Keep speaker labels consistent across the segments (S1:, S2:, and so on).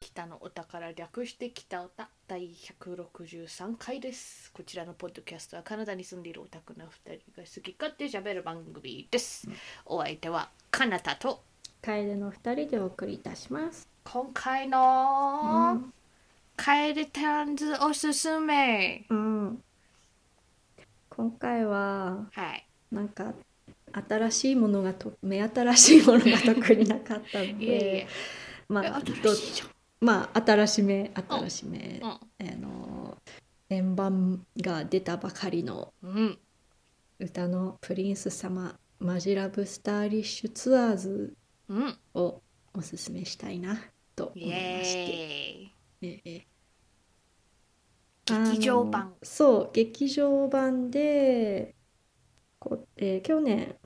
S1: 北のお宝略して北おた第163回ですこちらのポッドキャストはカナダに住んでいるオタクの二人が好き勝手喋る番組です、お相手はカナタと
S2: カエルの二人でお送りいたします。
S1: 今回のカエルタンズおすすめ
S2: うん。今回は
S1: はい
S2: なんか新しいものがと目新しいものが特になかったので、
S1: いえいえ
S2: まあ
S1: え
S2: ど
S1: 新しいじ
S2: まあ新しめ新しめ、
S1: ゃん
S2: あの円盤が出たばかりの
S1: うん、うん、
S2: 歌のプリンス様マジラブスターリッシュツアーズ
S1: うん、
S2: をおすすめしたいなと思
S1: イ
S2: いまして。
S1: エーイ
S2: ええ
S1: 劇場版
S2: あのそう劇場版でこ、えー去年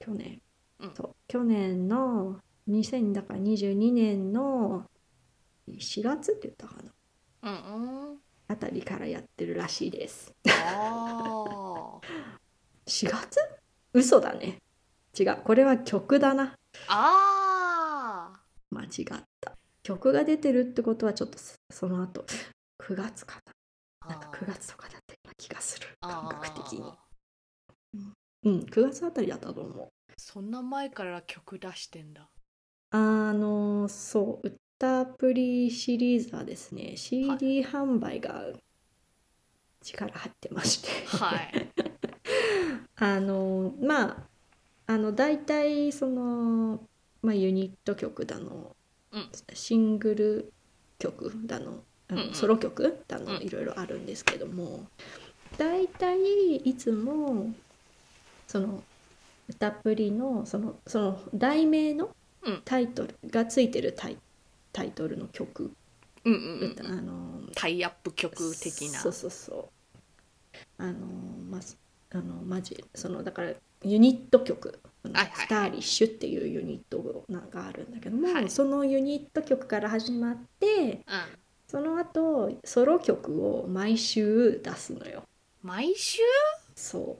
S2: 去年、
S1: うん
S2: そう去年の2022年の4月って言ったか
S1: う
S2: な
S1: ん うん
S2: あたりからやってるらしいです
S1: あー
S2: 4月嘘だね違うこれは曲だな
S1: あー
S2: 間違った曲が出てるってことはちょっとそその後9月かななんか9月とかだったような気がする感覚的に
S1: あー
S2: うん、9月あたりだったと思う。
S1: そんな前から曲出してんだ
S2: あの、そう、歌プリシリーズはですね、CD 販売が力入ってまして、
S1: はい
S2: あの、まあ、あの、大体、その、まあ、ユニット曲だの
S1: うん、
S2: シングル曲だの、あの
S1: うんうん
S2: ソロ曲だ
S1: う
S2: の、
S1: ん
S2: いろいろあるんですけども、大体、いつも、その、歌プリの、その、その、題名の
S1: うん
S2: タイトルがついてるタイタイトルの曲、
S1: うんうんうん
S2: 歌あの
S1: タイアップ曲的な
S2: そうそうそうあのまずあのマジそのだからユニット曲「
S1: はいはい
S2: スターリッシュ」っていうユニットがあるんだけども、
S1: はい
S2: そのユニット曲から始まって
S1: うん
S2: その後ソロ曲を毎週出すのよ
S1: 毎週
S2: そ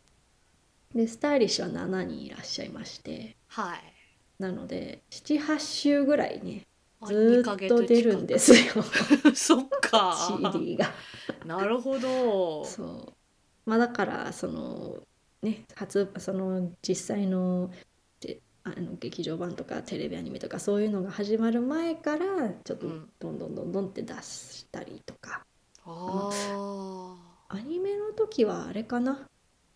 S2: うでスターリッシュは7人いらっしゃいまして
S1: はい
S2: なので78週ぐらいね
S1: あ
S2: ず
S1: 二ヶ
S2: ーっ
S1: 月
S2: と出るんですよ
S1: 近く そっか
S2: CD が。
S1: なるほど
S2: そうまあだからそのね初その実際のであの劇場版とかテレビアニメとかそういうのが始まる前からちょっと
S1: うん
S2: どんどんどんどんって出したりとか、
S1: あ
S2: アニメの時はあれかな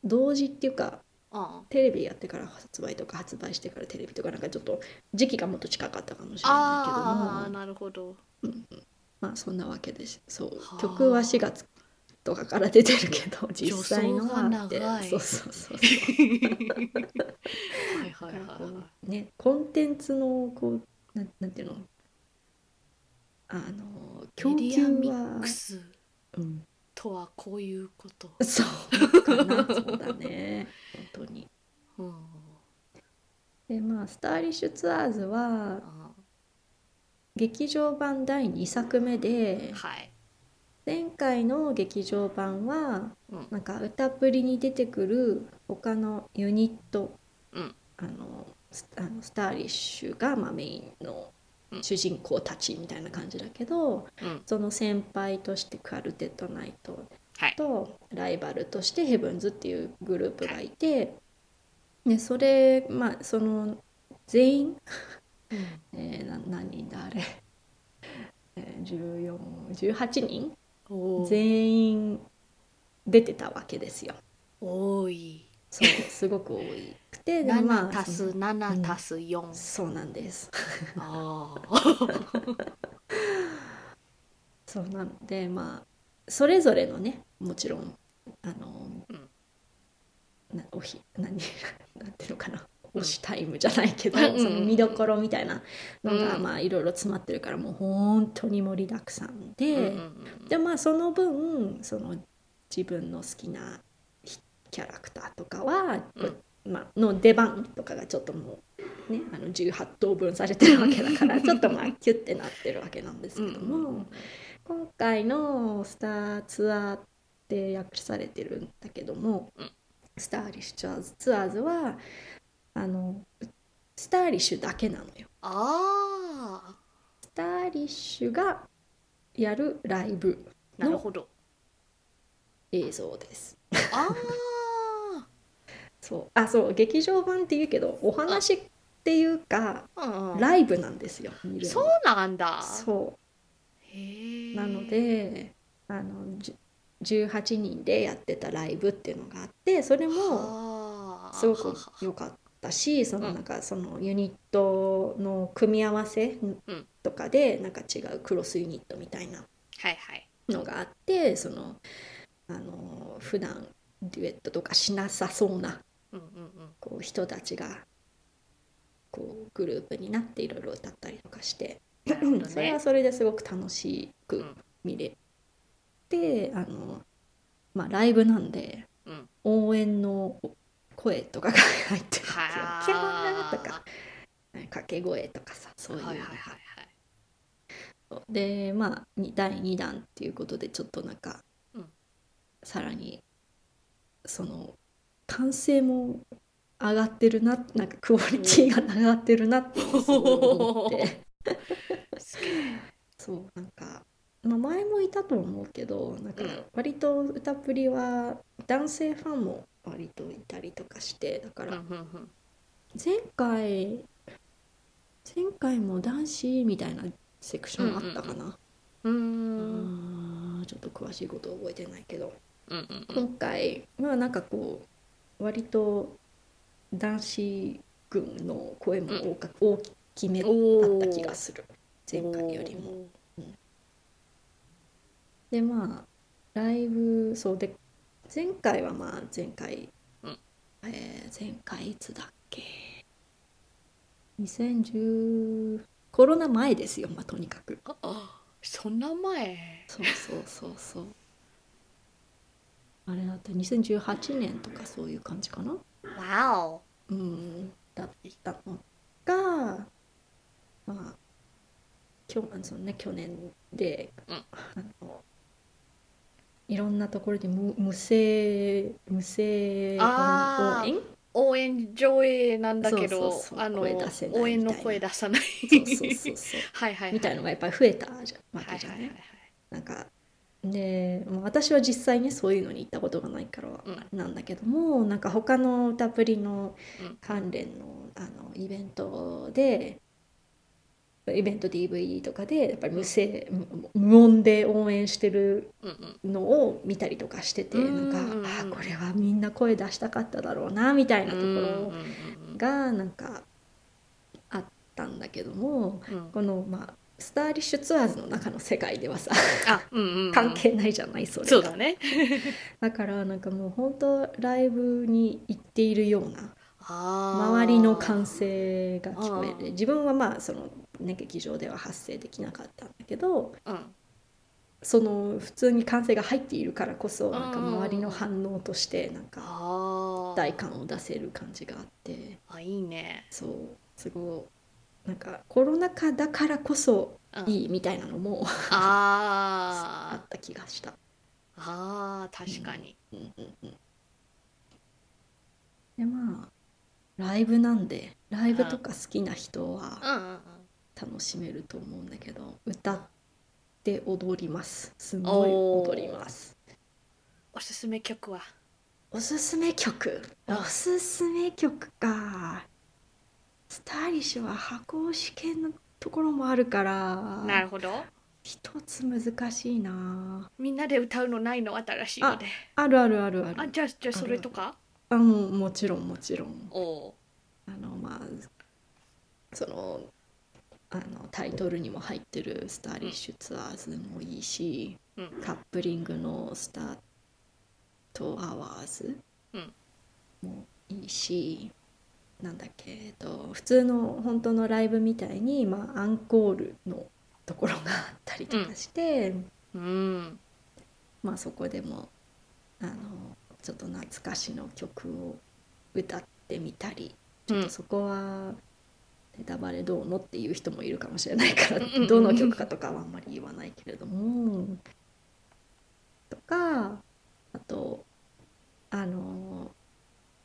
S2: 同時っていうか
S1: ああ
S2: テレビやってから発売とか発売してからテレビとかなんかちょっと時期がもっと近かったかもしれないけども
S1: あーなるほど
S2: まあそんなわけですそう
S1: はあ
S2: 曲は4月とかから出てるけど実際のはあって
S1: 助走が長い
S2: そうそうそうそう
S1: はいはいはいは
S2: なんかこ
S1: いう
S2: ねコンテンツのこうなんなんていうのあの供
S1: メディ
S2: 給
S1: アミッ
S2: は
S1: ク、ス
S2: うん、
S1: とはこういうこと
S2: そうかなそうだね本当に
S1: うん
S2: でまあ「スターリッシュツアーズ」は
S1: あ
S2: 劇場版第2作目で
S1: はい
S2: 前回の劇場版は
S1: うん
S2: なんか歌プリに出てくる他のユニット、
S1: うん
S2: あのスあのスターリッシュがまあメインの主人公たちみたいな感じだけど、
S1: うん
S2: その先輩としてカルテットナイト
S1: はい
S2: とライバルとしてヘブンズっていうグループがいて、ね、それまあその全員、
S1: うん
S2: えーな何人だあれ、 えー、1418人
S1: おー
S2: 全員出てたわけですよ。
S1: 多い
S2: そうすごく多くてでもまあ
S1: 7足す7足す4、
S2: そうなんです。
S1: あー
S2: そうなのでまあそれぞれのねもちろんあの、
S1: うん
S2: なおひ何 なんていうのかな
S1: うん
S2: 推しタイムじゃないけど、
S1: うんうんうん
S2: その見どころみたいなのが、
S1: うん
S2: まあいろいろ詰まってるからもう本当に盛りだくさんで、
S1: うんうんうん
S2: でまあその分その自分の好きなひキャラクターとかは、こうまあの出番とかがちょっともう、ね、あの18等分されてるわけだからちょっとまあキュッてなってるわけなんですけども、
S1: うんうんうん
S2: 今回のスターツアーって訳されてるんだけども、
S1: うん
S2: スターリッシュツアーズツアーズはあのスターリッシュだけなのよ。
S1: ああ
S2: スタリッシュがやるライブ
S1: なるほど
S2: 映像です。
S1: あ
S2: そうあそう劇場版っていうけどお話っていうか
S1: あ、うんうん、
S2: ライブなんですよ見るの
S1: そうなんだ
S2: そ
S1: へえ
S2: うなのであのじゅ18人でやってたライブっていうのがあってそれも
S1: はあ
S2: すごく良かったしそのなんかそのユニットの組み合わせ
S1: ん
S2: とかでなんか違うクロスユニットみたいな
S1: はいはい
S2: のがあってそのあの普段デュエットとかしなさそうな
S1: うんうん
S2: こう人たちがこうグループになっていろいろ歌ったりとかして、
S1: うんなるほど
S2: それは
S1: ね
S2: それですごく楽し
S1: う
S2: く
S1: ん
S2: 見れて、あのまあライブなんで
S1: うん
S2: 応援の声とかが入ってるんですよ
S1: はあ
S2: キャーとか掛け声とかさそういうのが、
S1: はいはいはいはい
S2: でまあに第2弾っていうことでちょっとなんか、
S1: うん
S2: さらにその完成も上がってるななんかクオリティが上がってるなってすごい思って
S1: すげえ
S2: そうなんか、まあ、前もいたと思うけどなんか
S1: うん
S2: 割と歌っぷりは男性ファンも割といたりとかしてだか
S1: うん
S2: ら
S1: うんうん
S2: 前回前回も男子みたいなセクションあったかな。
S1: うー
S2: うんーんちょっと詳しいこと覚えてないけど
S1: うんうんうん
S2: 今回まあなんかこう割と男子軍の声も多か、大きめだった気がする前回よりも。
S1: も
S2: でまあライブそうで前回はまあ前回、
S1: うん
S2: えー前回いつだっけ2010コロナ前ですよまあとにかく。
S1: ああそんな前
S2: そうそうそうそう。あれだって2018年とかそういう感じかな。
S1: わお
S2: うん、だったのが、まあ、去そのね、去年で、
S1: うん
S2: あのいろんなところで無無声無声
S1: あ
S2: 応
S1: ー
S2: 援
S1: 応援上映なんだけど
S2: そうそうそう
S1: あの
S2: 声出せないみたいな
S1: 応援の声出さない
S2: そうそうそうそう
S1: はいはいはい
S2: みたいのがやっぱり増えたじゃわ
S1: は
S2: け
S1: い
S2: じゃ
S1: は
S2: ない
S1: はい
S2: い。なんかでまあ私は実際にそういうのに行ったことがないから
S1: うん
S2: あれなんだけども、なんか他の歌プリの
S1: うん
S2: 関連の,、あのイベントでイベント DVD とかでやっぱり無声、無無音で応援してる
S1: うんうん
S2: のを見たりとかしてて、
S1: うん
S2: なん
S1: うんうん
S2: かあーこれはみんな声出したかっただろうなみたいなとこ
S1: うん
S2: ろ
S1: うん
S2: がなんかあったんだけども
S1: うんうん
S2: この、まあ、スターリッシュツアーズの中の世界ではさ
S1: あうんうんうん
S2: 関係ないじゃないそれが
S1: そうだね
S2: だからなんかもう本当ライブに行っているような
S1: 周
S2: 周りの歓声が聞こ
S1: あ
S2: え
S1: ー
S2: て自分はまあその、ね、劇場では発声できなかったんだけど
S1: うん
S2: その普通に歓声が入っているからこそなんか
S1: うんうんうん
S2: 周りの反応としてなんか
S1: あー
S2: 代感を出せる感じがあって
S1: あいいね
S2: そうすごいなんかコロナ禍だからこそ
S1: うん
S2: いいみたいなのもあ
S1: あ
S2: った気がした。
S1: ーあー確かに
S2: うんうんうんでまあライブなんでライブとか好きな人
S1: う
S2: は
S1: んうんうん
S2: 楽しめると思うんだけど歌って踊りますすごい
S1: おー
S2: 踊ります
S1: おすすめ曲は
S2: おすすめ曲
S1: うん
S2: おすすめ曲かスタイリッシュは箱押し系のところもあるから
S1: なるほど
S2: 一つ難しいな
S1: みんなで歌うのないの新しいので
S2: あるあるあるあ
S1: あ
S2: る
S1: じゃあじゃあそれとか
S2: あもうもちろんもちろん
S1: おお
S2: あのまあそのあのタイトルにも入ってる「スターリッシュツアーズ」もいいし、
S1: うん
S2: カップリングの「スタートアワーズ
S1: うん」
S2: もいいし、なんだっけ、えっと、普通の本当のライブみたいに、まあ、アンコールのところがあったりとかして、
S1: ーうん
S2: まあ、そこでもあのちょっと懐かしの曲を歌ってみたり。
S1: う
S2: ちょっ
S1: ん
S2: とそこはネタバレどうのっていう人もいるかもしれないから
S1: うんうんうん
S2: どの曲かとかはあんまり言わないけれどもとかあとあの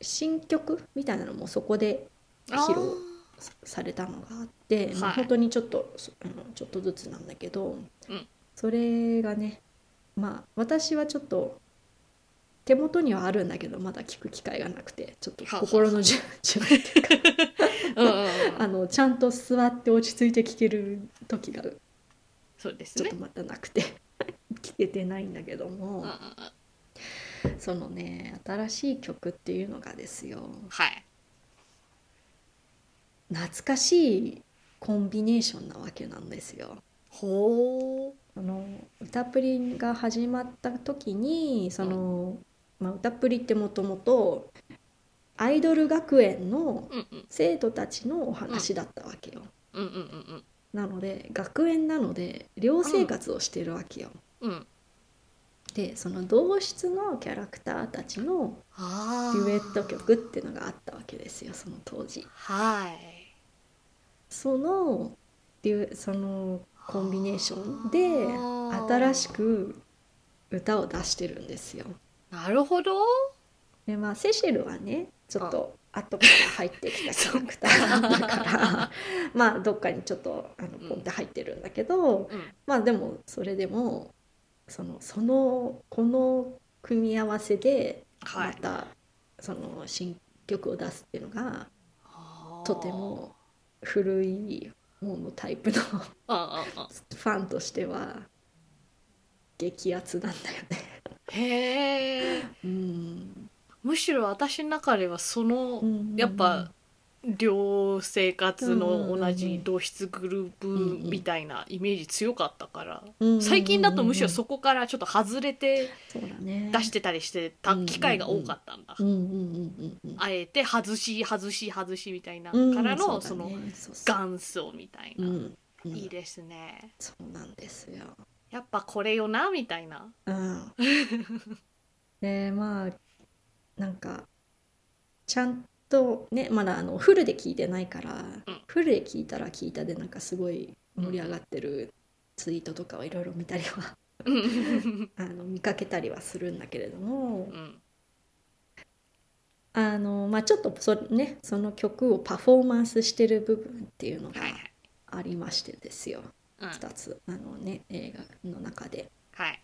S2: 新曲みたいなのもそこで披
S1: あ
S2: 露
S1: ー
S2: さされたのがあって、まあ
S1: はい
S2: 本当にちょっとそあのちょっとずつなんだけど、
S1: うん
S2: それがねまあ私はちょっと手元にはあるんだけどまだ聞く機会がなくてちょっと
S1: はは
S2: 心 の準準備っていうか
S1: うんうんうん
S2: あのちゃんと座って落ち着いて聞ける時が
S1: そうです
S2: ちょ
S1: ね
S2: っと。またなくて 聞けてないんだけど
S1: うん
S2: も
S1: うんう、ん
S2: そのね新しい曲っていうのがですよ
S1: はい。
S2: 懐かしいコンビネーションなわけなんですよ。
S1: ほ
S2: あの歌プリが始まった時にその、まあ、歌プリってもともとアイドル学園の
S1: う。うんうん
S2: 生徒たちのお話だったわけよ。
S1: うんうんうん
S2: なので学園なので寮生活をしてるわけよ。
S1: うんうん。
S2: でその同室のキャラクターたちのデ
S1: ああ。
S2: ュエット。曲っていうのがあったわけですよその当時。
S1: はい。
S2: そのデュエそのコンビネーションで
S1: あー
S2: 新しく歌を出してるんですよ。
S1: なるほど。
S2: でまあセシェルはねちょっと後から入っ てきたキャラクターだからまあどっかにちょっとあの
S1: うん
S2: ポンって入ってるんだけど、
S1: うん
S2: まあでもそれでもそのそのこの組み合わせで
S1: は
S2: ま
S1: い。
S2: たその新曲を出すっていうのが
S1: あー
S2: とて。も古い方のタイプの
S1: う
S2: フ
S1: んうんうん。
S2: ァンとしては激アツなんだよね。
S1: へえ。
S2: うん
S1: むしろ私の中ではその、やっぱ寮生活の同じ同室グループみたいなイメージ強かったから、最近だとむしろそこからちょっと外れて
S2: そうだね
S1: 出してたりしてた機会が多かったんだ、
S2: うんうんうんうんうん
S1: あえて外し外し外しみたいなか
S2: うん
S1: らの、
S2: うだね
S1: その
S2: そうそう
S1: 元祖みたいな、
S2: うんうん
S1: いいですね
S2: そうなんですよ、
S1: やっぱこれよなみたいな
S2: うん、でまあなんかちゃんとねまだあのフルで聞いてないから、
S1: うん
S2: フルで聞いたら聞いたでなんかすごい盛り上がってるツイートとかをいろいろ見たりは
S1: うん
S2: あの見かけたりはするんだけれども、
S1: うん
S2: あのまあちょっとそ,、ね、その曲をパフォーマンスしてる部分っていうのが
S1: はいはい
S2: ありましてですよ、
S1: うん
S2: 2つあのね映画の中で
S1: はい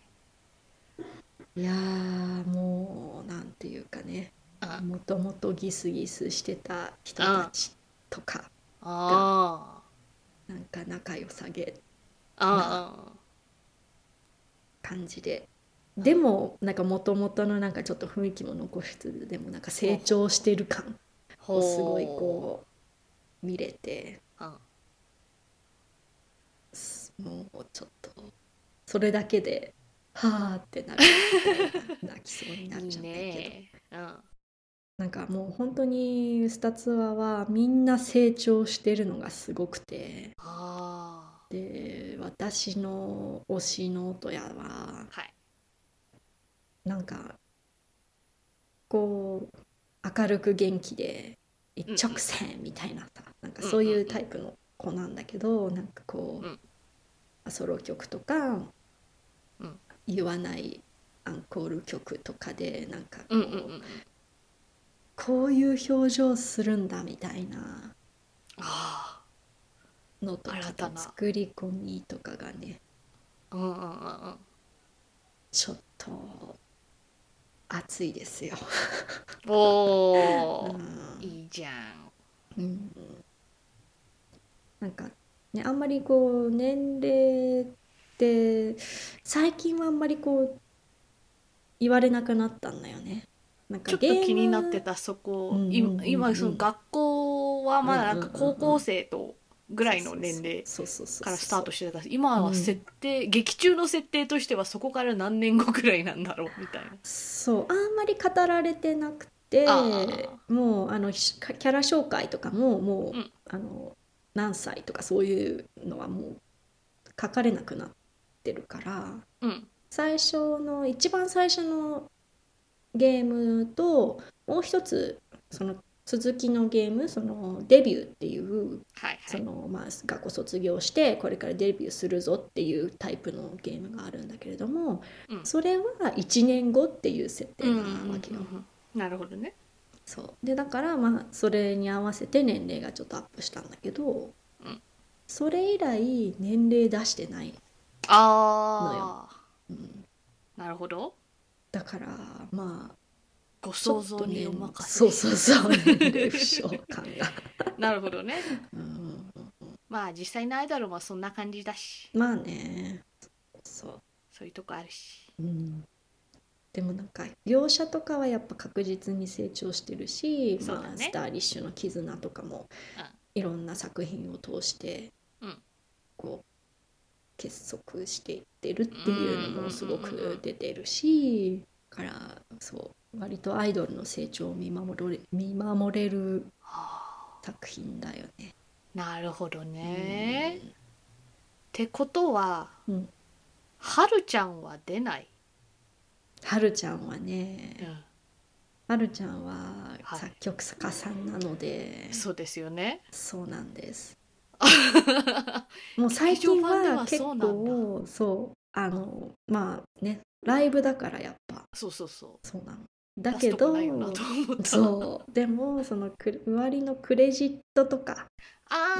S2: いやーもうなんていうかね
S1: うん
S2: もともとギスギスしてた人たちとか
S1: あ
S2: なんか仲良さげ
S1: ーあー
S2: 感じででもなんかもともとのなんかちょっと雰囲気も残しつつでもなんか成長してる感
S1: ほ
S2: を
S1: う
S2: すごいこう見れて
S1: うん
S2: すもうちょっとそれだけではあってなる 泣きそうになっ
S1: いい
S2: ちゃったけど。
S1: ねうん
S2: なんかもう本当にスタツアはみんな成長してるのがすごくて
S1: あ
S2: で私の推しの音や
S1: あ
S2: は
S1: はい
S2: なんかこう明るく元気で一直線みたいなさなんかそういうタイプの子なんだけどなんかこ
S1: うん
S2: うソロ曲とか
S1: うん
S2: 言わないアンコール曲とかでなんかこ
S1: うんうんう
S2: うんこういう表情するんだみたいな。
S1: あ
S2: のと
S1: 新
S2: か
S1: た
S2: と
S1: な
S2: 作り込みとかがね
S1: あうんうんうんうん
S2: ちょっと熱いですよ。
S1: お
S2: う
S1: ー
S2: ん
S1: いいじゃん
S2: うんなんかねあんまりこう年齢って最近はあんまりこう言われなくなったんだよね。なんか
S1: ちょっと気になってたそこ、
S2: うんうん
S1: い
S2: うんうん
S1: 今その学校はまだなんか高校生とぐ
S2: ゲー
S1: ら
S2: ム
S1: いの年齢
S2: そうそうそうそう
S1: からスタートしてたから今は設定、劇中の設定としてはそこから何年後くらいなんだろうみたいな。
S2: そうあんまり語られてなくて
S1: あー
S2: もうあのひキャラ紹介とかももう、
S1: うん
S2: あの何歳とかそういうのはもう書かれなくなってるから
S1: うん、
S2: 最初の一番最初のゲームともう一つその続きのゲームそのデビューっていう
S1: はいは
S2: そ
S1: い。
S2: の、まあ、学校卒業してこれからデビューするぞっていうタイプのゲームがあるんだけれども、
S1: うん
S2: それは1年後っていう設定
S1: うんう
S2: なん
S1: うんう
S2: わけよ。
S1: んなるほどね。
S2: そうでだからまあそれに合わせて年齢がちょっとアップしたんだけど、
S1: うん
S2: それ以来年齢出してない、
S1: あ
S2: うん、
S1: あなるほど
S2: だからまあ
S1: ご
S2: ちょ
S1: 想
S2: っと
S1: 像にお任せ、
S2: そうそう そう年齢不詳感が、
S1: なるほどね
S2: うん、
S1: まあ実際のアイドルもそんな感じだし
S2: まあねそう
S1: そういうとこあるし
S2: うんでもなんか描写とかはやっぱ確実に成長してるし、
S1: そうだ
S2: ま
S1: ね
S2: あ、スターリッシュの絆とかも
S1: うん
S2: いろんな作品を通して
S1: うん
S2: こう結束していってるっていうのもすご
S1: うんうんうんう
S2: く
S1: ん
S2: 出てるしだからそう割とアイドルの成長を見守れ見守れる
S1: はあ
S2: 作品だよね。
S1: なるほどね、ってことは
S2: うん、
S1: はるちゃんは出ない、
S2: はるちゃんはね、はるちゃんは
S1: はい
S2: 作曲家さんなので、
S1: そうですよね
S2: そうな んです。もう最近は結
S1: 劇場版ではそう
S2: 構そうあのまあねライブだからやっぱ
S1: そうそうそ
S2: そうなの。
S1: う
S2: だけ
S1: 出
S2: ど
S1: すとこないよなと思った
S2: そうでもそのく終わりのクレジットとか
S1: あ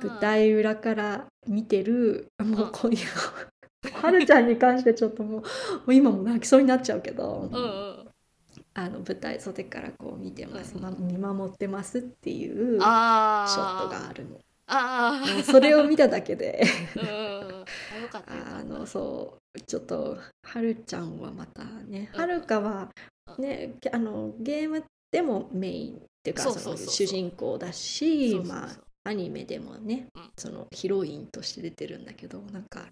S1: ー
S2: 舞台裏から見てるもうこういう はるちゃんに関してちょっともうもう今も泣きそうになっちゃうけど、
S1: うんうん
S2: あの舞台袖からこう見てます、
S1: うん
S2: ま見守ってますっていうショ
S1: あー
S2: ットがあるの。
S1: あ
S2: もうそれを見ただ けで
S1: ーうんうんうんあよかったよかった
S2: あのそうちょっとはるちゃんはまたね
S1: うん
S2: はるかはねあのゲームでもメインっていうか
S1: そうそう
S2: その
S1: そうそう
S2: 主人公だし
S1: そうそうそう
S2: まあアニメでもね
S1: うん
S2: そのヒロインとして出てるんだけどなんか
S1: う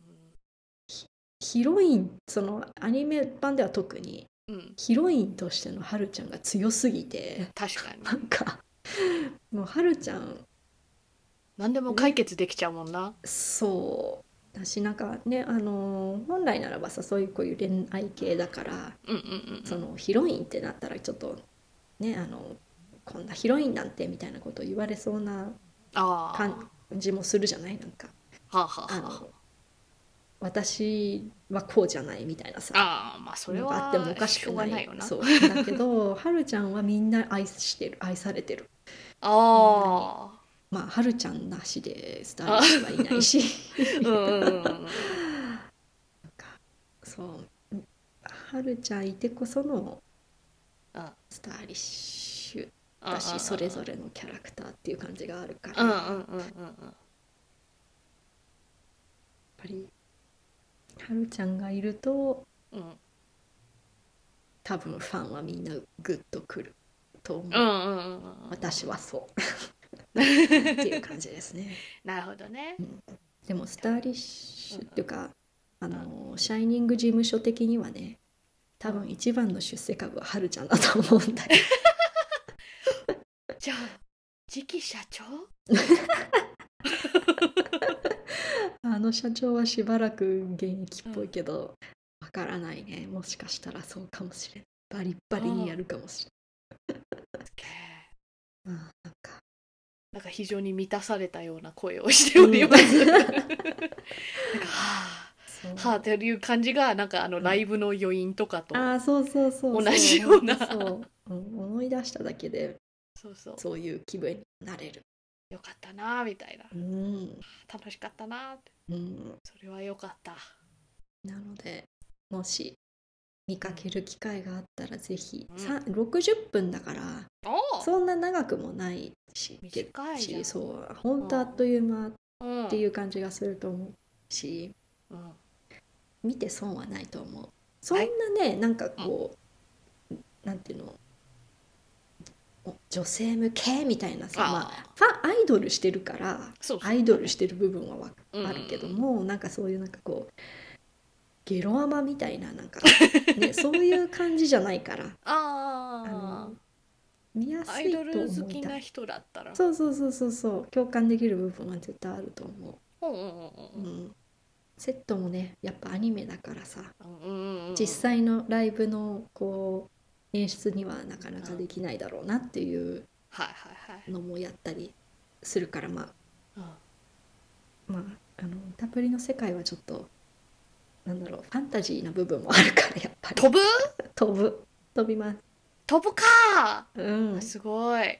S2: ヒロインそのアニメ版では特に
S1: んうん
S2: ヒロインとしてのはるちゃんが強すぎて
S1: 確かに
S2: なんかもうはるちゃん
S1: 何でも解決できちゃうもんな
S2: そう私なんかねあのー本来ならばさそういうこういう恋愛系だから
S1: うんうんう
S2: そ
S1: ん
S2: のヒロインってなったらちょっとねあのこんなヒロインなんてみたいなこと言われそうな
S1: ああ
S2: 感じもするじゃないなんか
S1: はあはあ
S2: あ
S1: はあ
S2: の私はこうじゃないみたいなさ
S1: あーまあそれ
S2: の
S1: は
S2: があってもおかしく
S1: し
S2: な
S1: ょうがない
S2: い
S1: よな
S2: そうだけどはるちゃんはみんな愛してる愛されてる
S1: あ
S2: まあはるちゃんなしでスターリッシュはいな いし。
S1: あうんうんうんうん
S2: そうはるちゃんいてこその
S1: あ
S2: スターリッシュ
S1: あ
S2: だしそれぞ
S1: れ
S2: れのキャラクターっていう感じがあるか
S1: う
S2: ら
S1: んう
S2: や
S1: ん
S2: っ
S1: うんうんうん
S2: ぱりはるちゃんがいると
S1: うん
S2: 多分ファンはみんなグッとくると思う、
S1: うんうんうんうん
S2: 私はそう っていう感じですね
S1: なるほどね
S2: でもスターリッシュっていうかあのシャイニング事務所的にはね多分一番の出世株ははるちゃんだと思うんだよ
S1: じゃあ次期社長
S2: あの社長はしばらく現役っぽいけど、わからないね。もしかしたらそうかもしれん。バリッバリにやるかもし
S1: すげえ
S2: れん。まあ、なんか。
S1: なんか非常に満たされたような声をしております。
S2: うん
S1: なんかは
S2: そう
S1: あ、はあという感じがなんかあのライブの余韻とかと、
S2: ああ、そうそうそうそう。
S1: 同じような
S2: 本当そう、うん思い出しただけで、
S1: そうそう
S2: そういう気分になれる。
S1: よかったなーみたいな
S2: うん。
S1: 楽しかったなーって
S2: うん。
S1: それはよかった
S2: なので、もし見かける機会があったら、ぜひ、
S1: うん
S2: さ60分だから、
S1: おお
S2: そんな長くもないし、
S1: 短いじゃん
S2: しそう、本当あっという間
S1: うん
S2: っていう感じがすると思うし。
S1: うん
S2: 見て損はないと思うそんなね、なんかこうなんていうのお女性向けみたいなさまあ、
S1: あ
S2: ファンアイドルしてるから
S1: そうそう
S2: アイドルしてる部分はわ
S1: うん
S2: あるけども、なんかそういうなんかこうゲロアマみたいななんか、 ね、そういう感じじゃないからあ
S1: あ
S2: の見や
S1: あア
S2: すい
S1: イ
S2: と
S1: ドル好
S2: 思
S1: き
S2: い
S1: な
S2: たい
S1: 人だったら
S2: そうそうそうそうそう共感できる部分は絶対あると思
S1: うんうんうん
S2: う、うん、セットもねやっぱアニメだからさ
S1: うんうんうん
S2: 実際のライブのこう演出にはなかなかできないだろうなっていう
S1: はいはいはい、
S2: のもやったりするからま
S1: うん
S2: あまああのタプリの世界はちょっとなんだろうファンタジーな部分もあるからやっぱり
S1: 飛ぶ
S2: 飛ぶ飛びます
S1: 飛ぶか
S2: うん、し
S1: すごい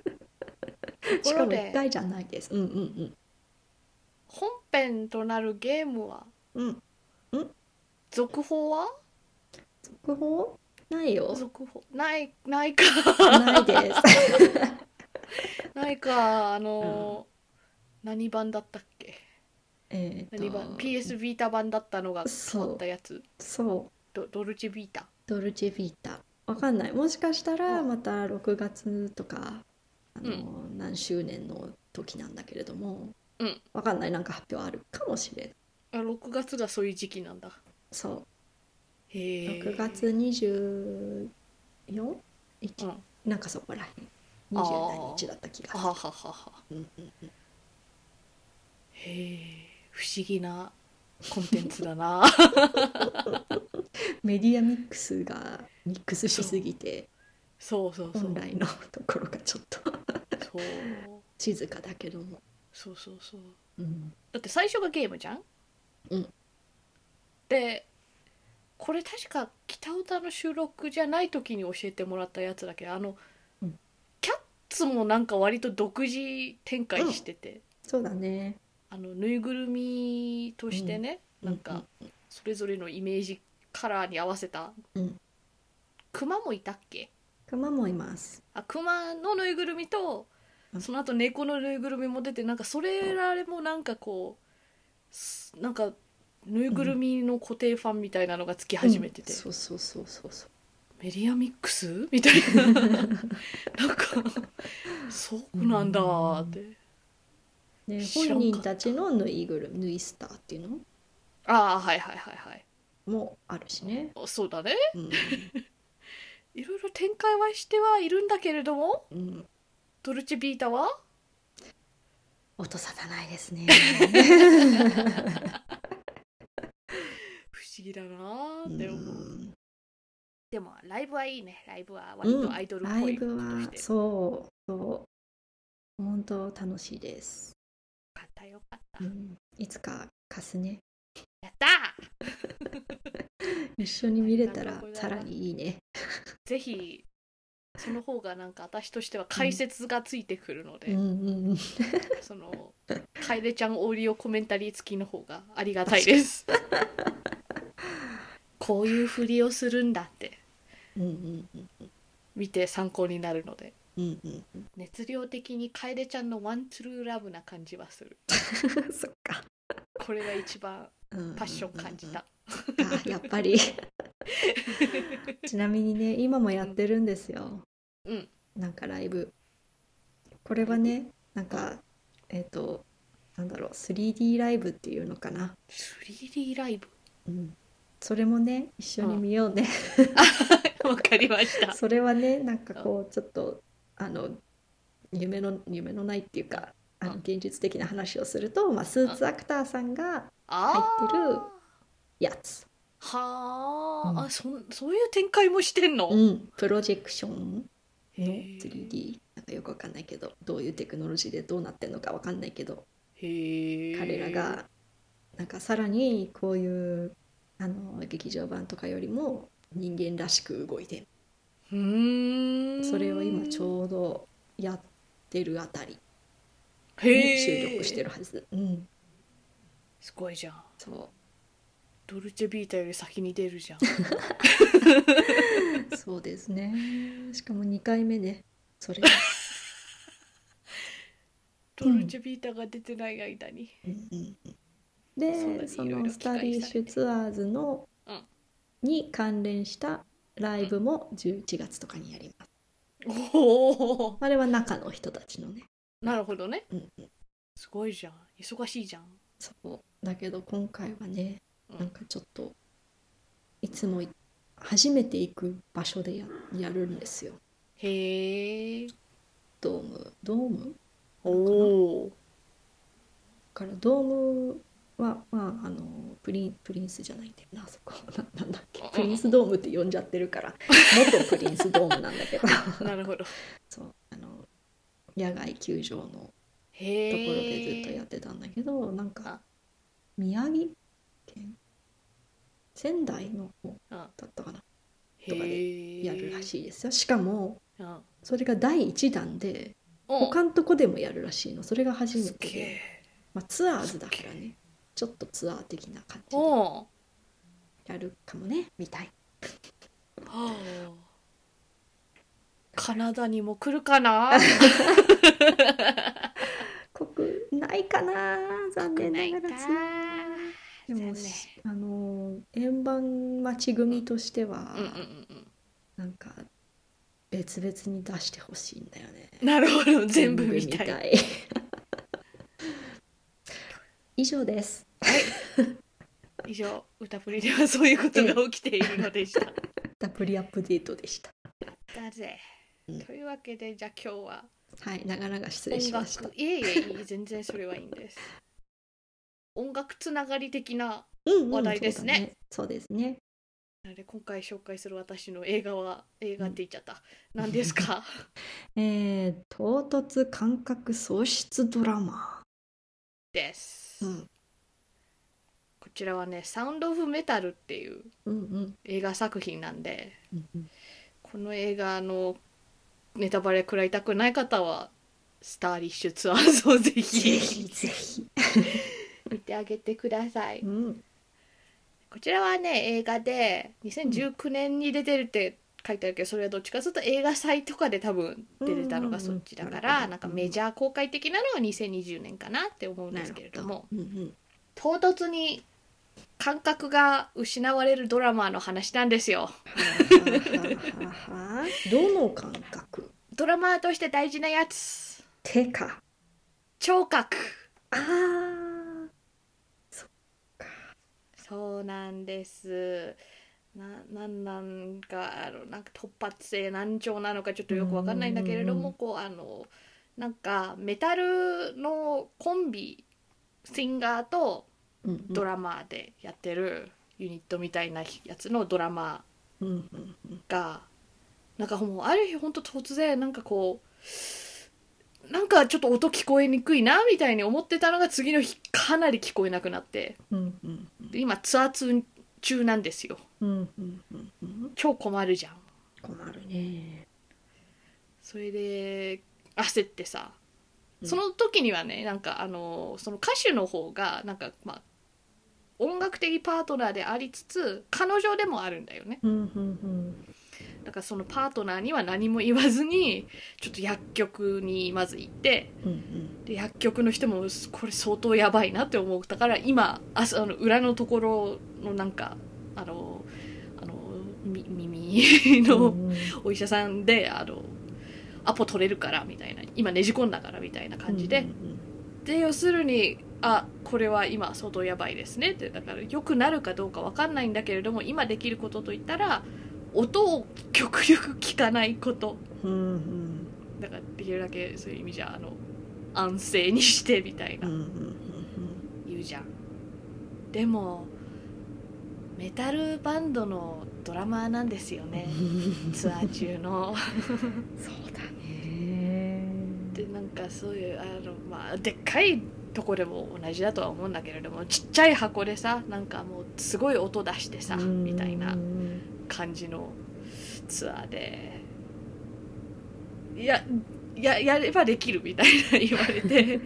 S1: とこ
S2: か
S1: ろ
S2: も
S1: で
S2: 1回じゃないです。うんうん
S1: 本編となるゲームは
S2: うん。うん。
S1: 続報は
S2: 続報ないよ。
S1: 続報ないないか
S2: ないです。
S1: ないかあのー何版だったっけ
S2: えー
S1: 何
S2: と
S1: 版 PS ビータ版だったのが変わったやつ
S2: そう。
S1: ドドルチビータ
S2: ドルチェビータ。わかんない。もしかしたら
S1: うん
S2: また6月とか、あの、何周年の時なんだけれども、
S1: うん
S2: わかんない。なんか発表あるかもしれない。
S1: あ6月がそういう時期なんだ
S2: そう。
S1: へえ
S2: 6月 24? 一
S1: うん
S2: なんかそこらへん。
S1: あー
S2: 20何日だった気が
S1: あ
S2: す
S1: はははは
S2: る。うんうんうん
S1: へえ不思議なコンテンツだな
S2: メディアミックスがミックスしすぎて、
S1: そうそうそう
S2: 本来のところがちょっと
S1: そう
S2: 静かだけども。
S1: そうそうそう
S2: うん。
S1: だって最初がゲームじゃん
S2: うん
S1: でこれ確か北歌の収録じゃない時に教えてもらったやつだけどあの、
S2: うん
S1: キャッツもなんか割と独自展開してて、
S2: そうだね。
S1: あのぬいぐるみとしてね、なんかそれぞれのイメージカラーに合わせた、
S2: うん
S1: クマもいたっけ
S2: 熊もいます。
S1: あクマのぬいぐるみと
S2: うん
S1: その後猫のぬいぐるみも出てなんかそれらもなんかこうすなんかぬいぐるみの固定ファンみたいなのがつき始めてて、
S2: うんそうそうそうそうそう。
S1: メディアミックスみたいな なんかそうなんだーって、
S2: ね、
S1: 知らん
S2: 本
S1: かった
S2: 人たちのぬいぐるみ、ぬいスターっていうの
S1: ああはいはいはいはい
S2: もあるしね。
S1: あそうだね
S2: うん、
S1: いろいろ展開はしてはいるんだけれども
S2: うん、
S1: ドルチェビータは
S2: 落とさないですね。
S1: 不思議だなーって
S2: う
S1: 思う、
S2: ん、
S1: でもライブはいいねライブは割とアイドルっ
S2: ラ
S1: ぽ
S2: イ
S1: いこと
S2: ブ
S1: し
S2: は
S1: て、
S2: そうそう本当楽しいです。
S1: よかったよかった、
S2: うん、いつか貸すね。
S1: やったー
S2: 一緒に見れた
S1: ありが
S2: ら
S1: とうござ
S2: さ
S1: います
S2: らにいいね。
S1: ぜひその方がなんか私としては解説がついてくるので、
S2: うんうんうん。
S1: その楓ちゃんオーディオコメンタリー付きの方がありがたいです こういうふりをするんだって
S2: うんうんうん
S1: 見て参考になるので
S2: うんうん
S1: 熱量的に楓ちゃんのワントゥルーラブな感じはする
S2: うん。そっか。
S1: これが一番
S2: うん
S1: パッション感じた、
S2: あやっぱ りちなみにね今もやってるんですよ、
S1: うん
S2: なんかライブこれはねなんかえっ、となんだろう 3D ライブっていうのかな、
S1: 3D ライ ブ
S2: うん、それもね一緒に見ようね、
S1: わかりました
S2: それはねなんかこうちょっとあの夢の夢のないっていうかあの
S1: うん
S2: 現実的な話をすると、まあ、スーツアクターさんが
S1: あー
S2: 入ってるやつ、
S1: はーあ、
S2: うん
S1: そんそういう展開もしてんの、
S2: うん、プロジェクション
S1: へ
S2: の
S1: ー
S2: 3D なんかよくわかんないけどどういうテクノロジーでどうなってんのかわかんないけど
S1: へえ
S2: 彼らがなんかさらにこういうあの劇場版とかよりも人間らしく動いて
S1: うーん
S2: それを今ちょうどやってるあたり
S1: へ
S2: に
S1: ー
S2: 収録してるはず、うん
S1: すごいじゃん
S2: そ
S1: ドルチェビータより先に出るじゃん
S2: うそうですねしかも2回目ねそれが、
S1: ドルチェビータが出てない間に
S2: うんうんうん
S1: そうだ
S2: で
S1: ね
S2: そ
S1: いろい
S2: の
S1: ろ
S2: スタディッシュツアーズの
S1: うん
S2: に関連したライブも11月とかにやります
S1: おお
S2: あれは中の人たちのね。
S1: なるほどね
S2: うんうん、
S1: すごいじゃん忙しいじゃん
S2: そうだけど今回はね、
S1: うん
S2: なんかちょっといつも初めて行く場所でややるんですよ。
S1: へえ
S2: ドームドーム
S1: おお
S2: だからドームはまああのプリンプリンスじゃないんだよなあそこ ななんだっけプリンスドームって呼んじゃってる から元プリンスドームなんだけど
S1: なるほど
S2: そうあの野外球場のところで
S1: へ
S2: ず
S1: え
S2: っとやってたんだけどなんか
S1: あ
S2: 宮城県仙台の方だったかなとかでやるらしいですよしかも
S1: い、うん、
S2: それが第1弾で
S1: 他
S2: 他のとこでもやるらしいのそれが初め
S1: す
S2: て
S1: げ
S2: で、
S1: え
S2: まあ、ツアーズだからねちょっとツアー的な感じで
S1: おう
S2: やるかもねみたい
S1: カナダにも来るかな
S2: 国ないかな残念
S1: ない
S2: な
S1: か
S2: がらツアーでも
S1: 残念
S2: あのー円盤町組としては、
S1: うんうんうん
S2: なんか別々に出してほしいんだよね
S1: うんなるほど全部見
S2: 全
S1: たい
S2: 部見 以上です
S1: 以上歌プリではそういうことが起きているのでした
S2: たっぷりアップデートでした
S1: だぜ
S2: うん
S1: というわけでじゃあ今日は
S2: はい長々失礼し
S1: 音
S2: ました
S1: 楽いえいえいい全然それはいいんです音楽つながり的な
S2: うんうん
S1: 話題ですね
S2: そうだねそうですね
S1: あれ今回紹介する私の映画は映画って言っちゃった、何です か
S2: えー、唐突感覚喪失ドラマ
S1: です、
S2: うん
S1: こちらはね「サウンド・オブ・メタル」っていう
S2: うんうん
S1: 映画作品なんで
S2: うんうん
S1: この映画のネタバレ食らいたくない方はスターリッシュツアーズをぜ
S2: ぜ
S1: ひ
S2: ひぜひ
S1: 見てあげてください
S2: うん
S1: こちらはね映画で2019年に出てるって書いてあるけどそれはどっちかというと映画祭とかで多分出てたのがそっちだか
S2: うんうん
S1: ら
S2: うん
S1: なんかメジャー公開的なのは2020年かなって思うんですけれども
S2: なるほどうんうん
S1: 唐突に感覚が失われるドラマの話なんですよ。
S2: はあはあはあはあどの感覚
S1: ドラマーとして大事なやつ
S2: てか
S1: 聴覚
S2: あー
S1: そうなんです。ななんなんかあのなんか突発性難聴なのかちょっとよくわかんないんだけれども、
S2: うん
S1: こうあのなんかメタルのコンビシンガーと
S2: うんうん
S1: ドラマーでやってるユニットみたいなやつのドラマ
S2: うんうんうん
S1: ーがなんかもうある日ほんと突然なんかこうなんかちょっと音聞こえにくいなみたいに思ってたのが次の日かなり聞こえなくなって
S2: うんうん
S1: で今ツアー通中なんですよ。
S2: うんうんうんうん
S1: 超困るじゃん
S2: 困るね
S1: それで焦ってさ
S2: うん
S1: その時にはねなんかあのその歌手の方がなんかまあ音楽的パートナーでありつつ彼女でもあるんだよね
S2: うんうん
S1: だからそのパートナーには何も言わずにちょっと薬局にまず行って
S2: うんうんうん
S1: で薬局の人もこれ相当やばいなって思ったから今あそあの裏のところのなんかあのあのみ耳の
S2: うんうん
S1: お医者さんであのアポ取れるからみたいな今ねじ込んだからみたいな感じで、で要するにあこれは今相当やばいですねってだから良くなるかどうかわかんないんだけれども今できることといったら音を極力聞かないこと
S2: うんうん
S1: だからできるだけそういう意味じゃあの安静にしてみたい
S2: うんうん
S1: な
S2: う
S1: ん
S2: うん
S1: 言うじゃん。でもメタルバンドのドラマーなんですよねツアー中の。
S2: そうだね
S1: でなんかそういうあのまあでっかいとこでも同じだとは思うんだけれどもちっちゃい箱でさなんかもうすごい音出してさ
S2: うん
S1: みたいうなん感じのツアーでいやややればできるみたいな言われ て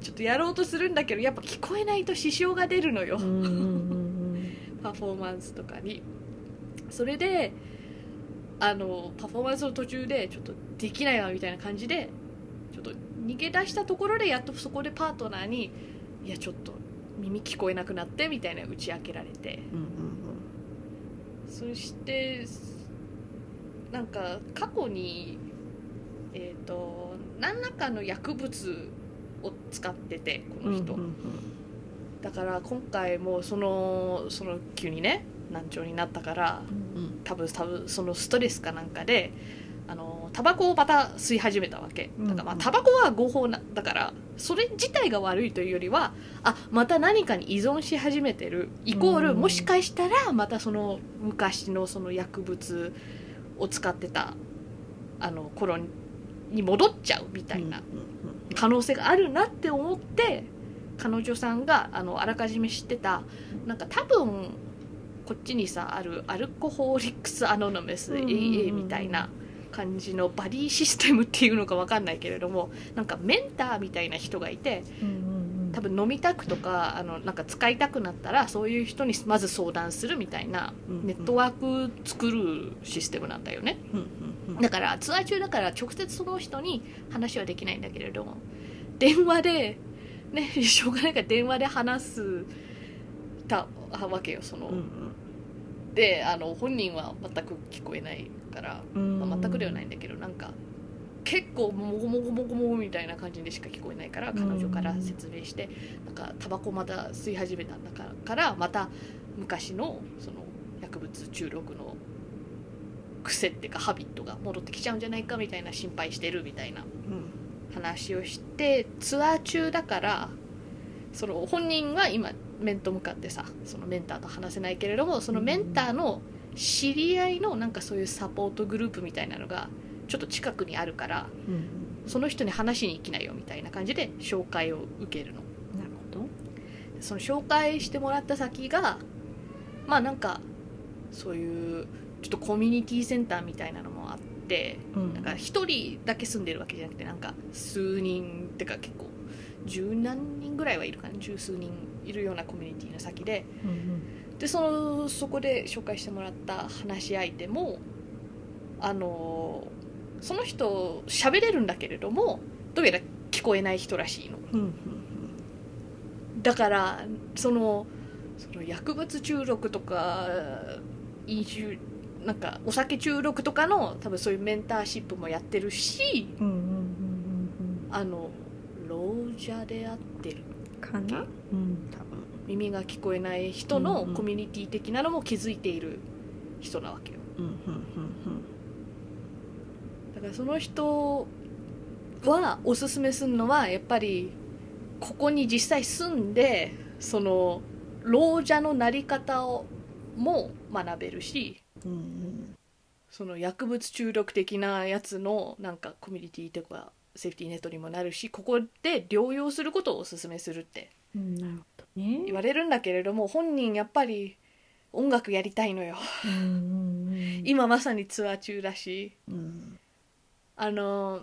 S1: ちょっとやろうとするんだけどやっぱ聞こえないと支障が出るのよ。
S2: うんうん
S1: パフォーマンスとかにそれであのパフォーマンスの途中でちょっとできないわみたいな感じでちょっと逃げ出したところでやっとそこでパートナーに「いやちょっと耳聞こえなくなって」みたいな打ち明けられて
S2: うんうん
S1: そしてなんか過去にえっ、と何らかの薬物を使っててこの人。
S2: うんうん
S1: だから今回もそのその急にね難聴になったから
S2: うん
S1: 多分多分そのストレスかなんかであのタバコをまた吸い始めたわけだからまあ
S2: うんうん
S1: タバコは合法なだからそれ自体が悪いというよりはあまた何かに依存し始めてるイコール
S2: うん
S1: もしかしたらまたその昔のその薬物を使ってたあの頃に戻っちゃうみたいな
S2: うんうん
S1: 可能性があるなって思って彼女さんがあのあらかじめ知ってたなんか多分こっちにさあるアルコホーリックス・アノノメス
S2: うん
S1: AA みたいな感じのバディシステムっていうのかわかんないけれどもなんかメンターみたいな人がいて多分飲みたくとかあのなんか使いたくなったらそういう人にまず相談するみたいなネットワーク作るシステムなんだよね。だからツアー中だから直接その人に話はできないんだけれども電話でね しょうがないから電話で話すたわけよその、であの本人は全く聞こえないから、まあ、全くではないんだけどなんか結構もごもごもごもごみたいな感じでしか聞こえないから彼女から説明してなんかタバコまた吸い始めたんだからからまた昔のその薬物中毒の癖っていうかハビットが戻ってきちゃうんじゃないかみたいな心配してるみたいな話をしてツアー中だからその本人は今面と向かってさそのメンターと話せないけれどもそのメンターの知り合いのなんかそういうサポートグループみたいなのがちょっと近くにあるからその人に話しに行きなよみたいな感じで紹介を受けるのその紹介してもらった先がまあなんかそういうちょっとコミュニティセンターみたいなのもあってなんか一人だけ住んでるわけじゃなくてなんか数人ってか結構十何人ぐらいはいるかな十数人いるようなコミュニティの先ででそのそこで紹介してもらった話し相手もあのその人喋れるんだけれどもどうやら聞こえない人らしいのだからそのその薬物中毒とか飲酒なんかお酒中毒とかの多分そういうメンターシップもやってるしあの老者であってる耳が聞こえない人の
S2: うんうん
S1: コミュニティ的なのも気づいている人なわけよだからその人はおすすめするのはやっぱりここに実際住んでその老者のなり方をも学べるしその薬物中毒的なやつのなんかコミュニティとかセーフティーネットにもなるしここで療養することをおすすめするって言われるんだけれども本人やっぱり音楽やりたいのよ今まさにツアー中だしあの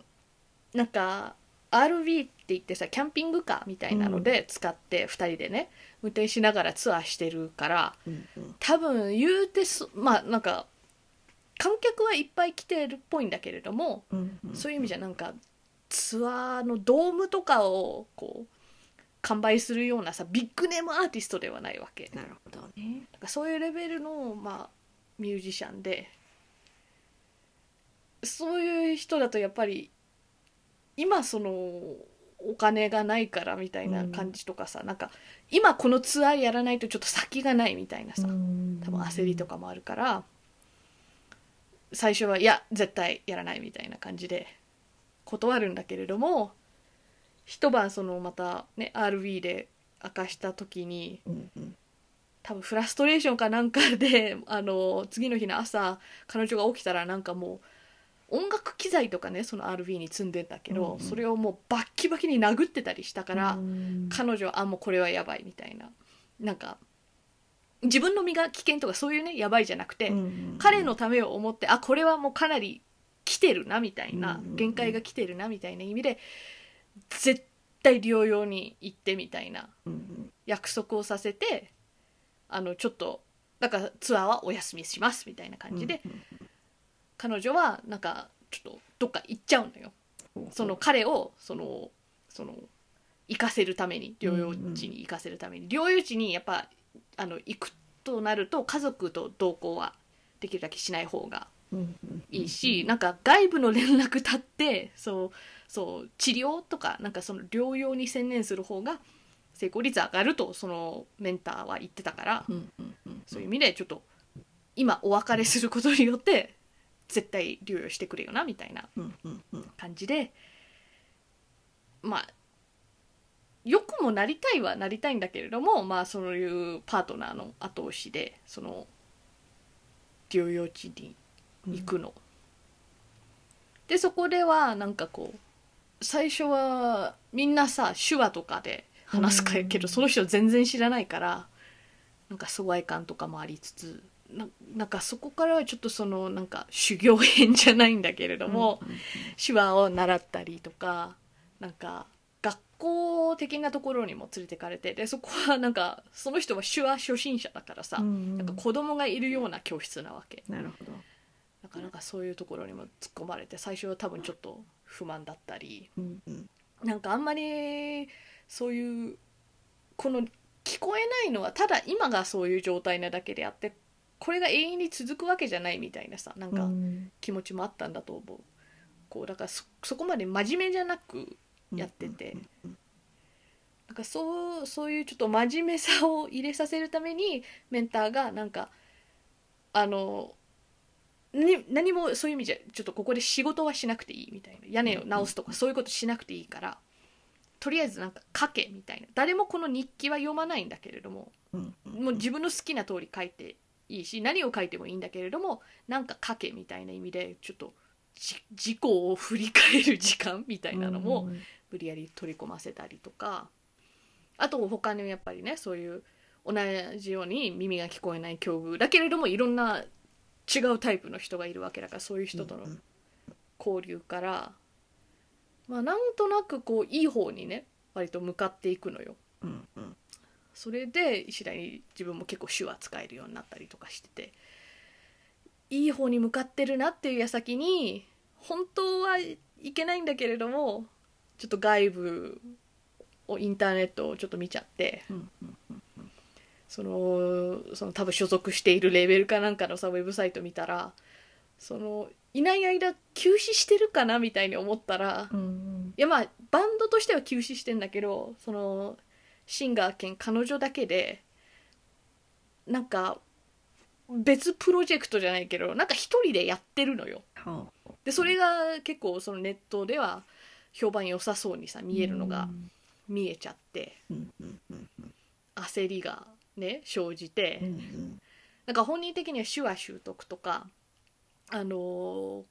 S1: なんか RV って言ってさキャンピングカーみたいなので使って2人でね運転しながらツアーしてるから多分言うてそまあなんか観客はいっぱい来てるっぽいんだけれどもそういう意味じゃなんかツアーのドームとかをこう完売するようなさビッグネームアーティストではないわけだからそういうレベルの、まあ、ミュージシャンでそういう人だとやっぱり今そのお金がないからみたいな感じとかさ、なんか今このツアーやらないとちょっと先がないみたいなさ、多分焦りとかもあるから最初はいや絶対やらないみたいな感じで断るんだけれども一晩そのまたね RV で明かした時に多分フラストレーションかなんかで あの次の日の朝彼女が起きたらなんかもう音楽機材とかねその RV に積んでんだけど、
S2: うんうん
S1: それをもうバッキバキに殴ってたりしたから、彼女はあもうこれはやばいみたいななんか自分の身が危険とかそういうねやばいじゃなくて、彼のためを思ってあこれはもうかなり来てるなみたいな
S2: うんうんうん
S1: 限界が来てるなみたいな意味で絶対療養に行ってみたいな約束をさせてあのちょっとだからツアーはお休みしますみたいな感じで、彼女はなんかちょっとどっか行っちゃうのよその彼をそのその行かせるために療養地に行かせるために、療養地にやっぱあの行くとなると家族と同行はできるだけしない方がいいし、なんか外部の連絡立ってそうそう治療とかなんかその療養に専念する方が成功率上がるとそのメンターは言ってたから、そういう意味でちょっと今お別れすることによって絶対療養してくれよなみたいな感じでまあ良くもなりたいはなりたいんだけれどもまあそういうパートナーの後押しでその療養地に行くの。でそこではなんかこう最初はみんなさ手話とかで話すかやけど、
S2: うん
S1: その人全然知らないからなんか疎外感とかもありつつななんかそこからはちょっとそのなんか修行編じゃないんだけれども、
S2: うん
S1: 手話を習ったりとかなんか学校的なところにも連れてかれてでそこはなんかその人は手話初心者だからさ、
S2: うん
S1: なんか子供がいるような教室なわけ
S2: なるほど
S1: なかなかそういうところにも突っ込まれて最初は多分ちょっと不満だったり
S2: うんうん
S1: なんかあんまりそういうこの聞こえないのはただ今がそういう状態なだけであってこれが永遠に続くわけじゃないみたいなさなんか、
S2: うん
S1: 気持ちもあったんだと思うこうだからそそこまで真面目じゃなくやってて、なんかそうそういうちょっと真面目さを入れさせるためにメンターがなんかあのに何もそういう意味じゃちょっとここで仕事はしなくていいみたいな屋根を直すとかそういうことしなくていいからとりあえずなんか書けみたいな誰もこの日記は読まないんだけれども
S2: うんうん
S1: もう自分の好きな通り書いていいし何を書いてもいいんだけれどもなんか書けみたいな意味でちょっとじ自己を振り返る時間みたいなのも
S2: うん
S1: 無理やり取り込ませたりとかあと他にもやっぱりねそういう同じように耳が聞こえない境遇だけれどもいろんな違うタイプの人がいるわけだからそういう人との
S2: うん
S1: 交流から、まあ、なんとなくこういい方にね割と向かっていくのよ。
S2: うんうん
S1: それで次第に自分も結構手話使えるようになったりとかしてていい方に向かってるなっていう矢先に本当はいけないんだけれどもちょっと外部をインターネットをちょっと見ちゃって
S2: うん
S1: そのその多分所属しているレーベルかなんかのさウェブサイト見たらそのいない間休止してるかなみたいに思ったら
S2: うんうん
S1: いやまあバンドとしては休止してんだけどそのシンガー兼彼女だけでなんか別プロジェクトじゃないけどなんか一人でやってるのよ
S2: はあ
S1: でそれが結構そのネットでは評判良さそうにさ見えるのが見えちゃって
S2: うんうんうん
S1: 焦りがね生じて、
S2: うんうん
S1: なんか本人的には手話習得とか、あのー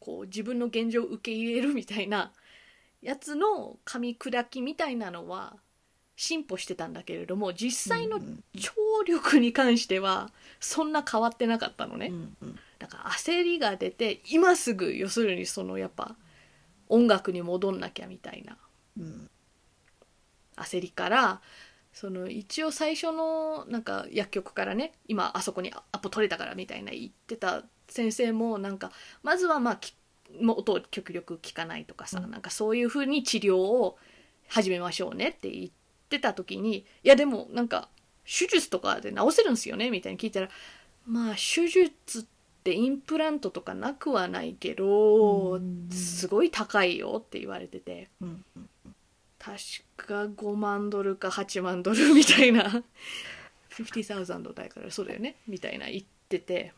S1: こう自分の現状を受け入れるみたいな やつの噛み砕きみたいなのは進歩してたんだけれども実際の
S2: うん
S1: 聴力に関してはそんな変わってなかったのね。
S2: うんうん
S1: だから焦りが出て今すぐ要するにそのやっぱ音楽に戻んなきゃみたいな
S2: うん
S1: 焦りからその一応最初のなんか薬局からね今あそこにアポ取れたからみたいな言ってた先生もなんかまずはまあきもう音を極力聞かないとかさ、
S2: うん
S1: なんかそういう風に治療を始めましょうねって言ってた時にいやでもなんか手術とかで治せるんですよねみたいに聞いたらまあ手術ってインプラントとかなくはないけど、
S2: うん
S1: すごい高いよって言われてて。
S2: うん
S1: 確か5万ドルか8万ドルみたいな50,000だからそうだよねみたいな言ってて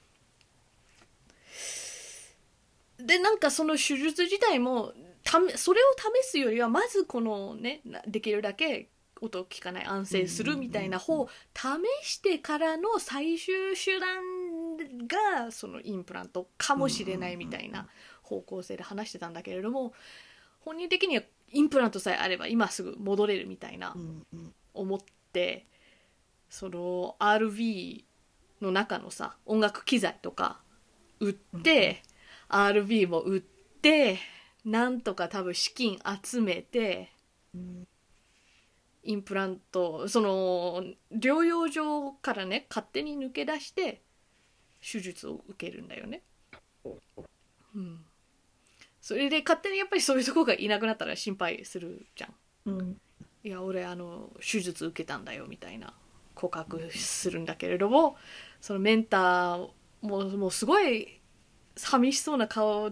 S1: でなんかその手術自体もためそれを試すよりはまずこのねなできるだけ音を聞かない安静するみたいな方を試してからの最終手段がそのインプラントかもしれないみたいな方向性で話してたんだけれども本人的にはインプラントさえあれば今すぐ戻れるみたいな
S2: うんうん
S1: 思ってその RV の中のさ音楽機材とか売って、RV も売ってなんとか多分資金集めて
S2: うん
S1: インプラントその療養所からね勝手に抜け出して手術を受けるんだよね。うん、それで勝手にやっぱりそういうとこがいなくなったら心配するじゃん。
S2: うん
S1: いや俺あの手術受けたんだよみたいな告白するんだけれども、そのメンターももうすごい寂しそうな顔を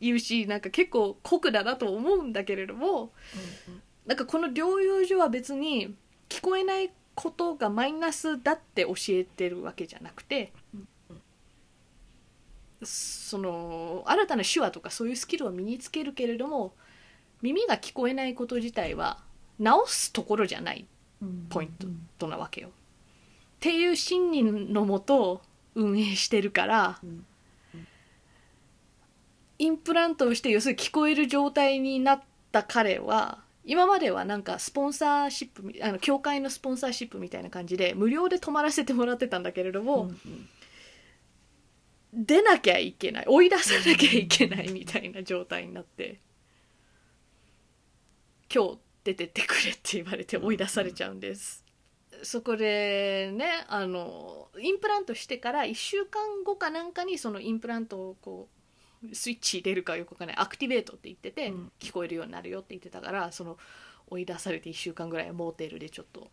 S1: 言うしなんか結構酷だなと思うんだけれどもなんかこの療養所は別に聞こえないことがマイナスだって教えてるわけじゃなくてその新たな手話とかそういうスキルを身につけるけれども耳が聞こえないこと自体は直すところじゃない
S2: うん
S1: ポインとなわけよ。っていう信念のもと運営してるから
S2: うん
S1: インプラントをして要するに聞こえる状態になった彼は今まではなんかスポンサーシップみあの教会のスポンサーシップみたいな感じで無料で泊まらせてもらってたんだけれども、出なきゃいけない追い出さなきゃいけないみたいな状態になって今日出てってくれって言われて追い出されちゃうんです。そこでねあのインプラントしてから1週間後かなんかにそのインプラントをこうスイッチ入れるかよくわかんないアクティベートって言ってて、
S2: うん
S1: 聞こえるようになるよって言ってたからその追い出されて1週間ぐらいはモーテルでちょっと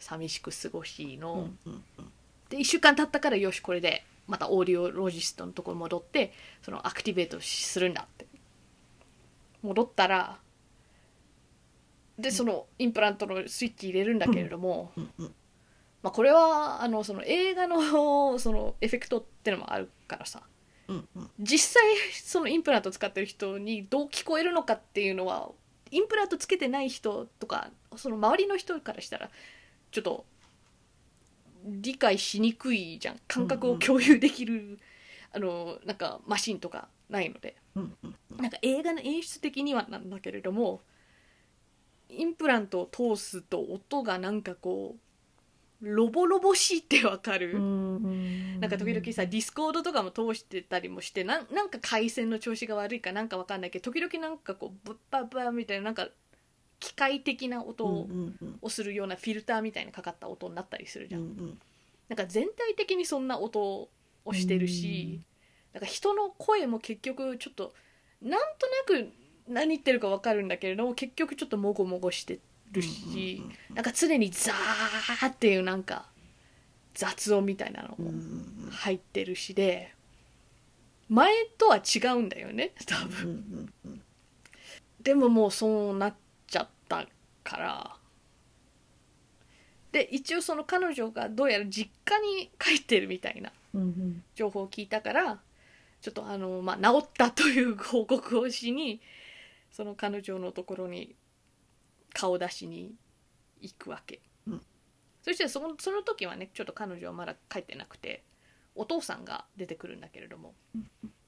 S1: 寂しく過ごしの。で1週間経ったからよしこれでまたオーディオロジストのところに戻ってそのアクティベートするんだって戻ったらでそのインプラントのスイッチ入れるんだけれども、まあ、これはあのその映画のそのエフェクトってのもあるからさ実際そのインプラント使ってる人にどう聞こえるのかっていうのはインプラントつけてない人とかその周りの人からしたらちょっと理解しにくいじゃん感覚を共有できる、あのなんかマシンとかないのでなんか映画の演出的にはなんだけれどもインプラントを通すと音がなんかこうロボロボしいってわかる。なんか時々さディスコードとかも通してたりもしてなんなんか回線の調子が悪いかなんかわかんないけど時々なんかこうブッバッバッみたいななんか機械的な音を,、するようなフィルターみたいなかかった音になったりするじゃん、なんか全体的にそんな音をしてるし、なんか人の声も結局ちょっとなんとなく何言ってるかわかるんだけれども結局ちょっともごもごしてるし、なんか常にザーっていうなんか雑音みたいなのを入ってるしで前とは違うんだよね多分でももうそうなっちゃったからで一応その彼女がどうやら実家に帰ってるみたいな情報を聞いたからちょっとあのまあ治ったという報告をしにその彼女のところに顔出しに行くわけ、
S2: うん
S1: そしてそのその時はねちょっと彼女はまだ帰ってなくてお父さんが出てくるんだけれども、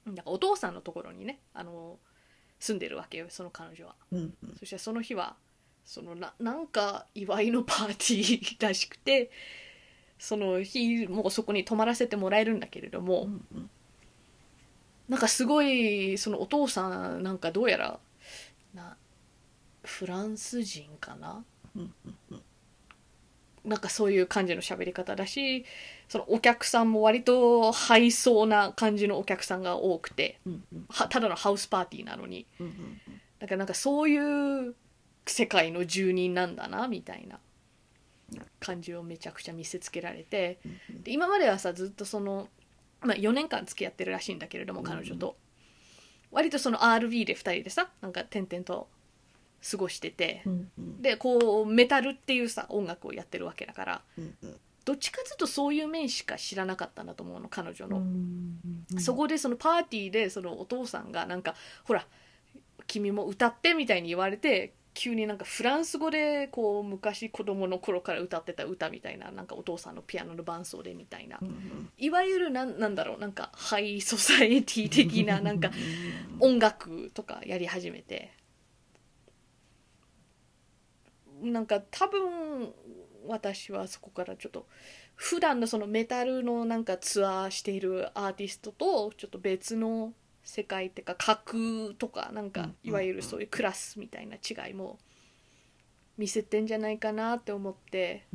S1: なんかお父さんのところにねあの住んでるわけよその彼女はそしてその日はそのななんか祝いのパーティーらしくてその日もうそこに泊まらせてもらえるんだけれども、なんかすごいそのお父さんなんかどうやらなフランス人かななんかそういう感じの喋り方だしそのお客さんも割とハイそうな感じのお客さんが多くてはただのハウスパーティーなのにだからなんかそういう世界の住人なんだなみたいな感じをめちゃくちゃ見せつけられてで今まではさずっとその、まあ、4年間付き合ってるらしいんだけれども
S2: うん
S1: 彼女と、割とその RV で2人でさなんか転々と過ごしてて、でこうメタルっていうさ音楽をやってるわけだからどっちかっていうとそういう面しか知らなかったんだと思うの彼女の、そこでそのパーティーでそのお父さんがなんかほら君も歌ってみたいに言われて急になんかフランス語でこう昔子供の頃から歌ってた歌みたいななんかお父さんのピアノの伴奏でみたいな、いわゆるなんなんだろうなんかハイソサエティ的な なんか音楽とかやり始めてなんか多分私はそこからちょっと普段のそのメタルのなんかツアーしているアーティストとちょっと別の世界っていうか格とかなん
S2: うんう
S1: か
S2: んうん
S1: いわゆるそういうクラスみたいな違いも見せてんじゃないかなって思って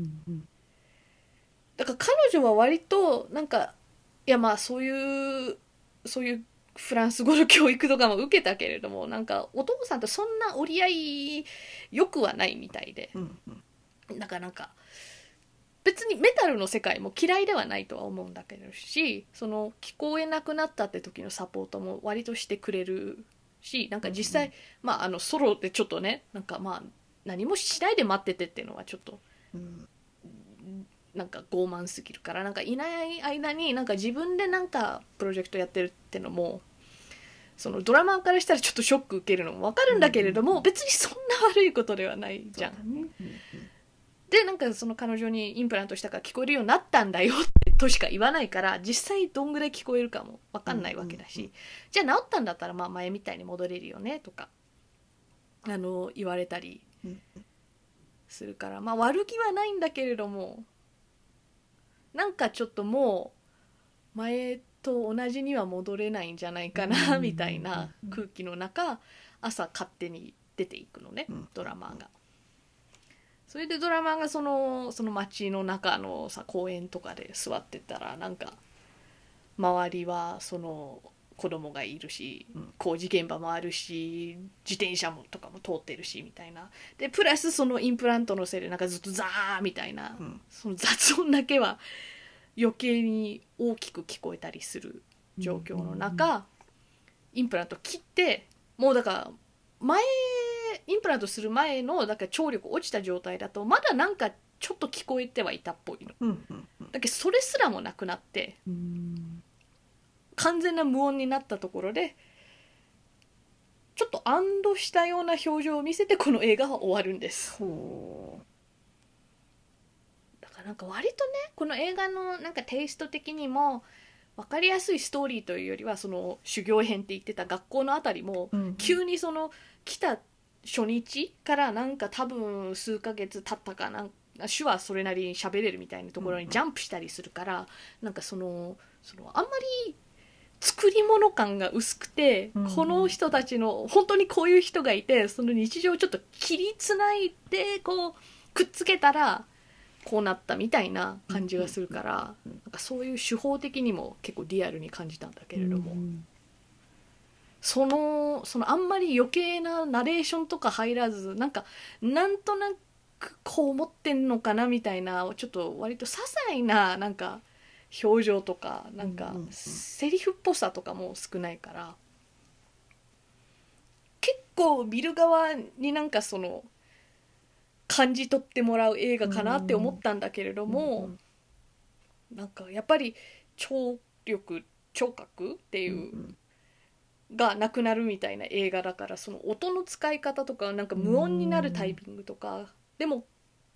S1: だから彼女は割となんかいやまあそういうそういうフランス語の教育とかも受けたけれどもなんかお父さんとそんな折り合い良くはないみたいでなんかなんか別にメタルの世界も嫌いではないとは思うんだけどしその聞こえなくなったって時のサポートも割としてくれるしなんか実際、
S2: う
S1: まああのソロでちょっとねなんかまあ何もしないで待っててっていうのはちょっとなんか傲慢すぎるからなんかいない間になんか自分でなんかプロジェクトやってるってのもそのドラマーからしたらちょっとショック受けるのもわかるんだけれども、別にそんな悪いことではないじゃん。でなんかその彼女にインプラントしたから聞こえるようになったんだよってとしか言わないから実際どんぐらい聞こえるかもわかんないわけだし、
S2: うんう
S1: じゃあ治ったんだったらまあ前みたいに戻れるよねとかあの言われたり
S2: うん
S1: するからまあ悪気はないんだけれどもなんかちょっともう前と同じには戻れないんじゃないかな
S2: うん
S1: みたいな空気の中朝勝手に出ていくのね
S2: うん
S1: ドラマーが。それでドラマーがそのその街の中のさ公園とかで座ってたらなんか周りはその子供がいるし
S2: うん
S1: 工事現場もあるし自転車もとかも通ってるしみたいなでプラスそのインプラントのせいでなんかずっとザーみたいな
S2: うん
S1: その雑音だけは余計に大きく聞こえたりする状況の中、インプラント切ってもうだから前インプラントする前のだから聴力落ちた状態だとまだなんかちょっと聞こえてはいたっぽいの
S2: うんうん
S1: だけどそれすらもなくなって
S2: うん
S1: 完全な無音になったところでちょっと安堵したような表情を見せてこの映画は終わるんです
S2: ほ
S1: だからなんか割とねこの映画のなんかテイスト的にも分かりやすいストーリーというよりはその修行編って言ってた学校のあたりも
S2: う
S1: 急にその来た初日からなんか多分数ヶ月経ったかなんか手話それなりに喋れるみたいなところ
S2: うん
S1: に
S2: うん
S1: ジャンプしたりするから、なんかそのそのあんまり作り物感が薄くて、
S2: うん
S1: この人たちの本当にこういう人がいてその日常をちょっと切りつないでこうくっつけたらこうなったみたいな感じがするから、
S2: うんうんうん
S1: なんかそういう手法的にも結構リアルに感じたんだけれども。
S2: うん
S1: そのそのあんまり余計なナレーションとか入らずなんかなんとなくこう思ってんのかなみたいなちょっと割と些細ななんか表情とかなん
S2: う
S1: か
S2: んうんうん
S1: セリフっぽさとかも少ないから結構見る側になんかその感じ取ってもらう映画かなって思ったんだけれども、
S2: うん
S1: なんかやっぱり聴力聴覚っていうう。
S2: ん
S1: がなくなるみたいな映画だからその音の使い方とかなんか無音になるタイミングとかでも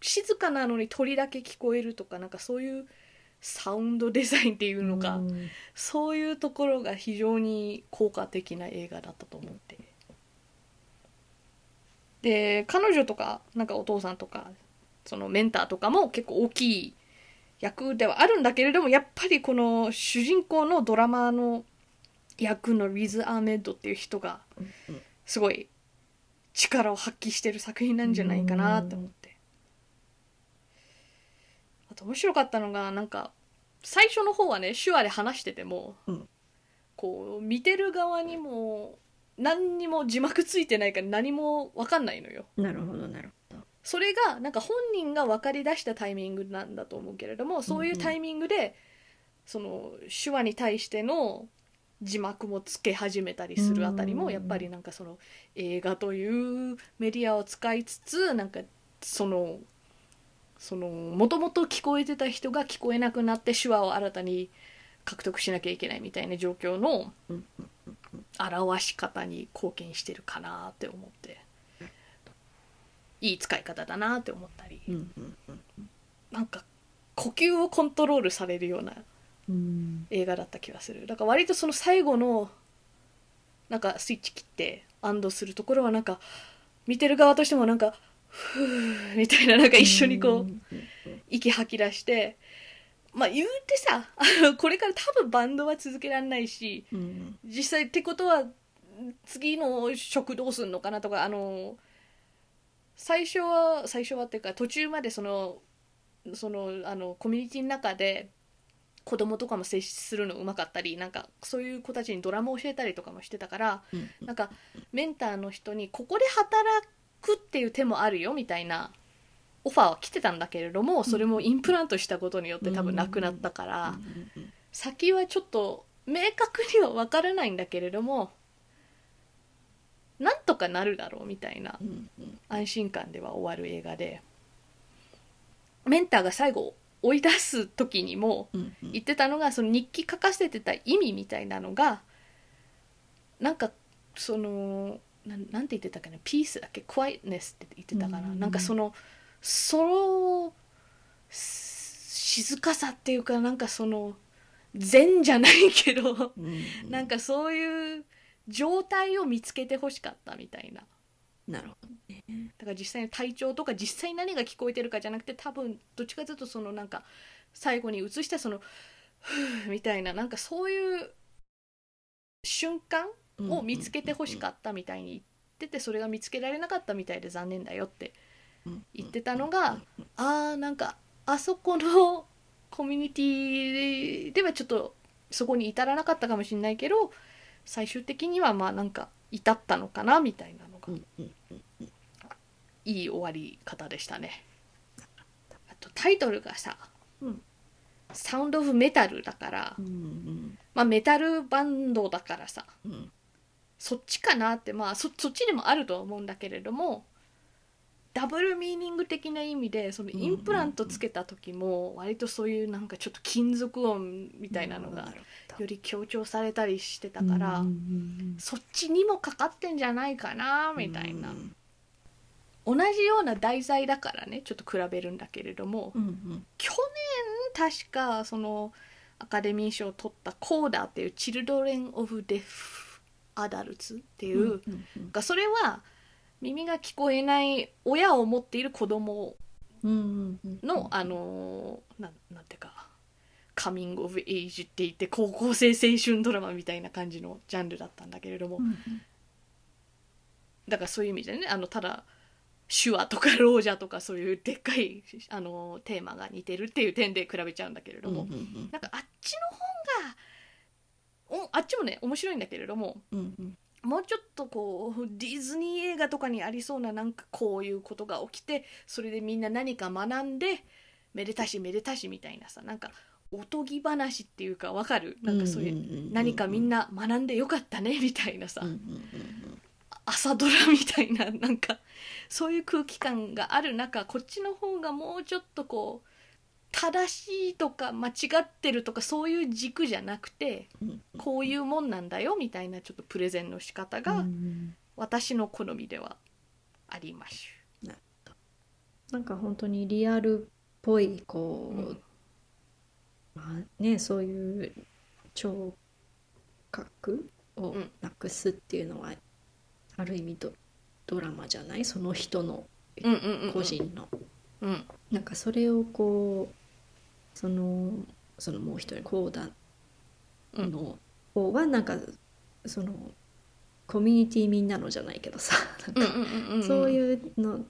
S1: 静かなのに鳥だけ聞こえるとかなんかそういうサウンドデザインっていうのか、
S2: うん
S1: そういうところが非常に効果的な映画だったと思ってで彼女とかなんかお父さんとかそのメンターとかも結構大きい役ではあるんだけれどもやっぱりこの主人公のドラマーの役のリズ・アーメッドっていう人が
S2: うん
S1: すごい力を発揮してる作品なんじゃないかなって思ってあと面白かったのがなんか最初の方はね手話で話してても、
S2: うん
S1: こう見てる側にも何にも字幕ついてないから何も分かんないのよ
S2: なるほどなるほど
S1: それがなんか本人が分かりだしたタイミングなんだと思うけれどもそういうタイミングで、その手話に対しての字幕もつけ始めたりするあたり
S2: うん
S1: もやっぱりなんかその映画というメディアを使いつつなんかそのそのもともと聞こえてた人が聞こえなくなって手話を新たに獲得しなきゃいけないみたいな状況の
S2: うん
S1: 表し方に貢献してるかなって思っていい使い方だなって思ったり
S2: うんうん
S1: なんか呼吸をコントロールされるような
S2: うん
S1: 映画だった気がするだから割とその最後のなんかスイッチ切って安堵するところはなんか見てる側としてもなんかふーみたいななんか一緒にこう息吐き出してまあ言うてさあのこれから多分バンドは続けられないし
S2: うんうん
S1: 実際ってことは次の食どうすんのかなとかあの最初は最初はっていうか途中までそのそのあのコミュニティの中で子供とかも接するのうまかったりなんかそういう子たちにドラマを教えたりとかもしてたから
S2: うん
S1: なんかメンターの人にここで働くっていう手もあるよみたいなオファーは来てたんだけれどもそれもインプラントしたことによって多分なくなったから。
S2: うん
S1: 先はちょっと明確には分からないんだけれどもなんとかなるだろうみたいな
S2: うんうん
S1: 安心感では終わる映画でメンターが最後追い出す時にも
S2: うんうん
S1: 言ってたのがその日記書かせてた意味みたいなのがなんかそのなんなんて言ってたかなピースだっけクワイエネスって言ってたかな、
S2: うん
S1: なんかそのそのす静かさっていうかなんかその善じゃないけど
S2: うん
S1: なんかそういう状態を見つけてほしかったみたいな
S2: なるほどね。
S1: だから実際の体調とか実際に何が聞こえてるかじゃなくて多分どっちかというとそのなんか最後に映したその「ふうみたいななんかそういう瞬間を見つけてほしかったみたいに言っててそれが見つけられなかったみたいで残念だよって言ってたのがあーなんかあそこのコミュニティではちょっとそこに至らなかったかもしれないけど最終的にはまあなんか至ったのかなみたいなのが
S2: う。んうん
S1: いい終わり方でしたねあとタイトルがさ
S2: うん
S1: 「サウンド・オブ・メタル」だから、
S2: うん
S1: まあ、メタルバンドだからさ
S2: うん
S1: そっちかなってまあそそっちにもあるとは思うんだけれどもダブルミーニング的な意味でそのインプラントつけた時も割とそういうなんかちょっと金属音みたいなのがより強調されたりしてたから、
S2: うんうん
S1: そっちにもかかってんじゃないかな
S2: うん
S1: みたいな。同じような題材だからねちょっと比べるんだけれども
S2: うんうん
S1: 去年確かそのアカデミー賞を取った「コーダー」っていう「チルドレン・オブ・デフ・アダルツ」っていう、
S2: んうん
S1: がそれは耳が聞こえない親を持っている子供
S2: うんうんうん
S1: の、あのーなんなんていうかカミング・オブ・エイジって言って高校生青春ドラマみたいな感じのジャンルだったんだけれども、
S2: うんうん
S1: だからそういう意味でねあのただ手話とか老者とかそういうでっかいあのテーマが似てるっていう点で比べちゃうんだけれども、
S2: うんうん
S1: なんかあっちの方がおあっちもね面白いんだけれども
S2: うんうん
S1: もうちょっとこうディズニー映画とかにありそうななんかこういうことが起きてそれでみんな何か学んでめでたしめでたしみたいなさなんかおとぎ話っていうかわかるなんかそういう、
S2: う
S1: 何かみん
S2: な
S1: な学んでよかったねみたいなさ、
S2: うんうん
S1: 朝ドラみたいななんかそういう空気感がある中こっちの方がもうちょっとこう正しいとか間違ってるとかそういう軸じゃなくて
S2: うんうん
S1: こういうもんなんだよみたいなちょっとプレゼンの仕方
S2: う
S1: が
S2: ん
S1: 私の好みではありまし
S2: なんか本当にリアルっぽいこう、
S1: うん
S2: まあねそういう聴覚を
S1: うん
S2: なくすっていうのは、ある意味ドドラマじゃないその人の
S1: ゅ。うんうんうんうん
S2: 個人の、
S1: うん
S2: なんかそれをこうそのそのもう一人コーダ
S1: うん
S2: の方はなんかそのコミュニティみんなのじゃないけどさ なん
S1: うん
S2: か
S1: うんうんうん
S2: そういうの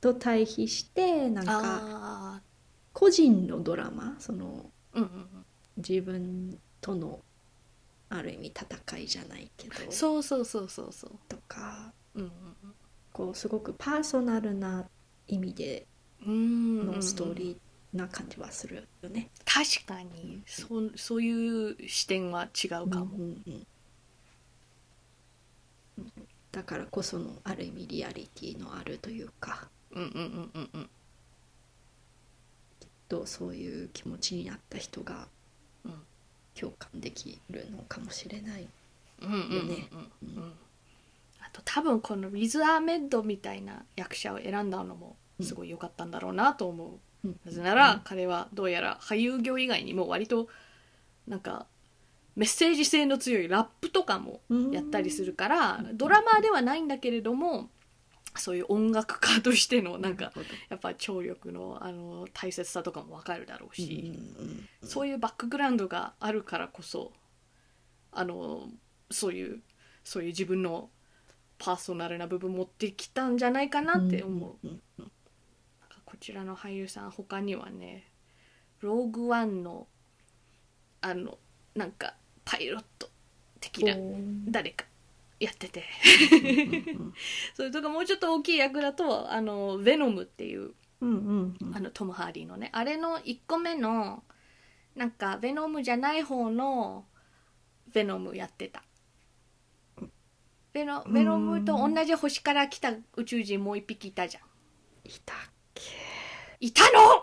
S2: と対比してなんか
S1: あ
S2: 個人のドラマその
S1: ーうんうん
S2: 自分とのある意味戦いじゃないけど
S1: うんそうそうそうそうそう
S2: とか
S1: うんうん
S2: こうすごくパーソナルな意味で
S1: うんうんうん
S2: のストーリーな感じはするよね。
S1: 確かにそうそういう視点は違うかも、
S2: うんうんうんだからこそのある意味リアリティのあるというか
S1: うんうんうんうんうん
S2: とそういう気持ちになった人が
S1: うん
S2: 共感できるのかもしれない。
S1: うんうんうん
S2: よね
S1: うんうんあと多分このウィズ・アーメッドみたいな役者を選んだのもすごい良かったんだろうなと思う、
S2: うん
S1: なぜなら彼はどうやら俳優業以外にも割となんかメッセージ性の強いラップとかもやったりするから
S2: うん
S1: ドラマーではないんだけれどもそういう音楽家としてのなんか
S2: なるほど
S1: やっぱ聴力のあの大切さとかもわかるだろうし、
S2: うんうんうん
S1: そういうバックグラウンドがあるからこそあのそういうそういう自分のパーソナルな部分持ってきたんじゃないかなって思う、
S2: うんうんうん
S1: なんかこちらの俳優さん他にはね「ローグワンの」あのなんかパイロット的な誰かやっててそれとかもうちょっと大きい役だと「あのヴェノム」っていう
S2: うんうんうん
S1: あのトム・ハーリーのねあれの1個目のなんかヴェノムじゃない方のヴェノムやってたヴェノ
S2: うん
S1: ヴェノムと同じ星から来た宇宙人もう1匹いたじゃん
S2: いたっけ
S1: いたの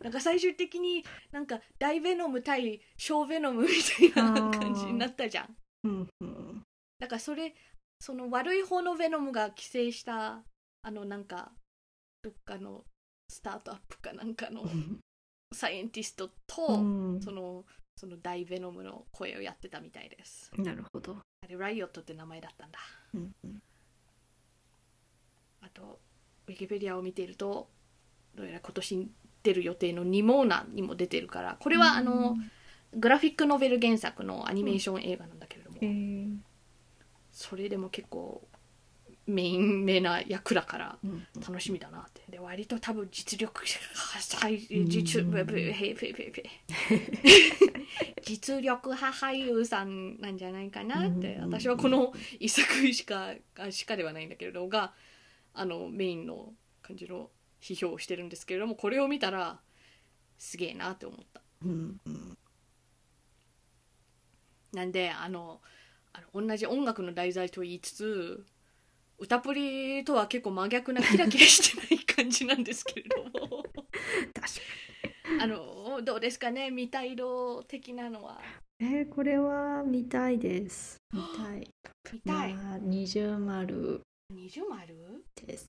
S1: なんか最終的になんか大ヴェノム対小ヴェノムみたいな感じになったじゃん
S2: うんうん
S1: だからそれその悪い方のヴェノムが寄生したあのなんかどっかのスタートアップかなんかのサイエンティストと、
S2: うん
S1: そのその大ベノムの声をやってたみたいです
S2: なるほど。
S1: あれライオットって名前だったんだ
S2: うんうん、
S1: あとウィキペディアを見ているとどうやら今年出る予定の「ニモーナ」にも出てるからこれはあの、グラフィックノベル原作のアニメーション映画なんだけれども、
S2: えー
S1: それでも結構メインめな役だから
S2: うんうん
S1: 楽しみだなってで割と多分実力者派
S2: うん
S1: 実ブブへいへいへいへい実力派俳優さんなんじゃないかなって
S2: うん
S1: 私はこの一作しかあしかではないんだけれどがあのメインの感じの批評をしてるんですけれどもこれを見たらすげえなって思った。
S2: うんうん
S1: なんであのあの同じ音楽の題材と言いつつ歌プリとは結構真逆なキラキラしてない感じなんですけれども
S2: 確か
S1: あのどうですかね見た色的なのは
S2: に。えー、これは見たいです。見た い。
S1: 見たい
S2: まあ二重丸
S1: 二重丸
S2: です。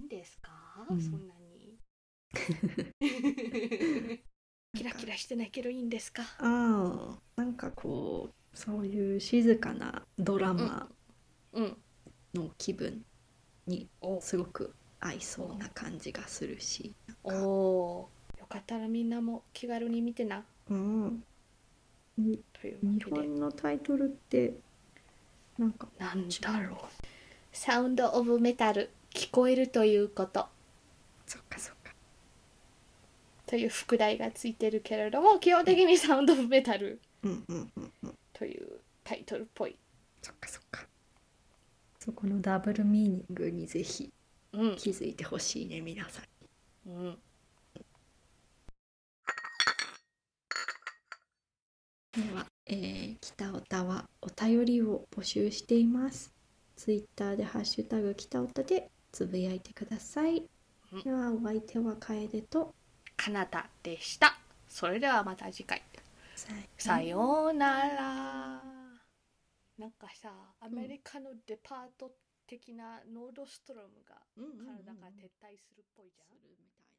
S1: いいんですか、
S2: うん
S1: そんなに キラキラしてないけどいいんですか
S2: ああ、なんかこうそういう静かなドラマ
S1: うん
S2: の気分に
S1: お
S2: すごく合いそうな感じがするし。
S1: おーよかったらみんなも気軽に見てな
S2: うん。
S1: という
S2: 日
S1: わけで
S2: 本のタイトルってなんか
S1: なんだろうサウンド・オブ・メタル聞こえるということ
S2: そっかそっか。
S1: という副題がついてるけれども基本的にサウンド・オブ・メタル
S2: うんうんうんうん。
S1: というタイトルっぽい、
S2: そっかそっか。そこのダブルミーニングにぜひ
S1: うん
S2: 気づいてほしいね皆さ
S1: う
S2: ん。
S1: ん、
S2: では、えー、北おたはお便りを募集しています。ツイッターでハッシュタグ北おたでつぶやいてください
S1: うん。
S2: ではお相手は楓と
S1: かなたでしたそれではまた次回さ
S2: う
S1: ようならなんかさアメリカのデパート的なノードストロムが
S2: なら
S1: 体が撤退するっぽいじゃん
S2: するみたい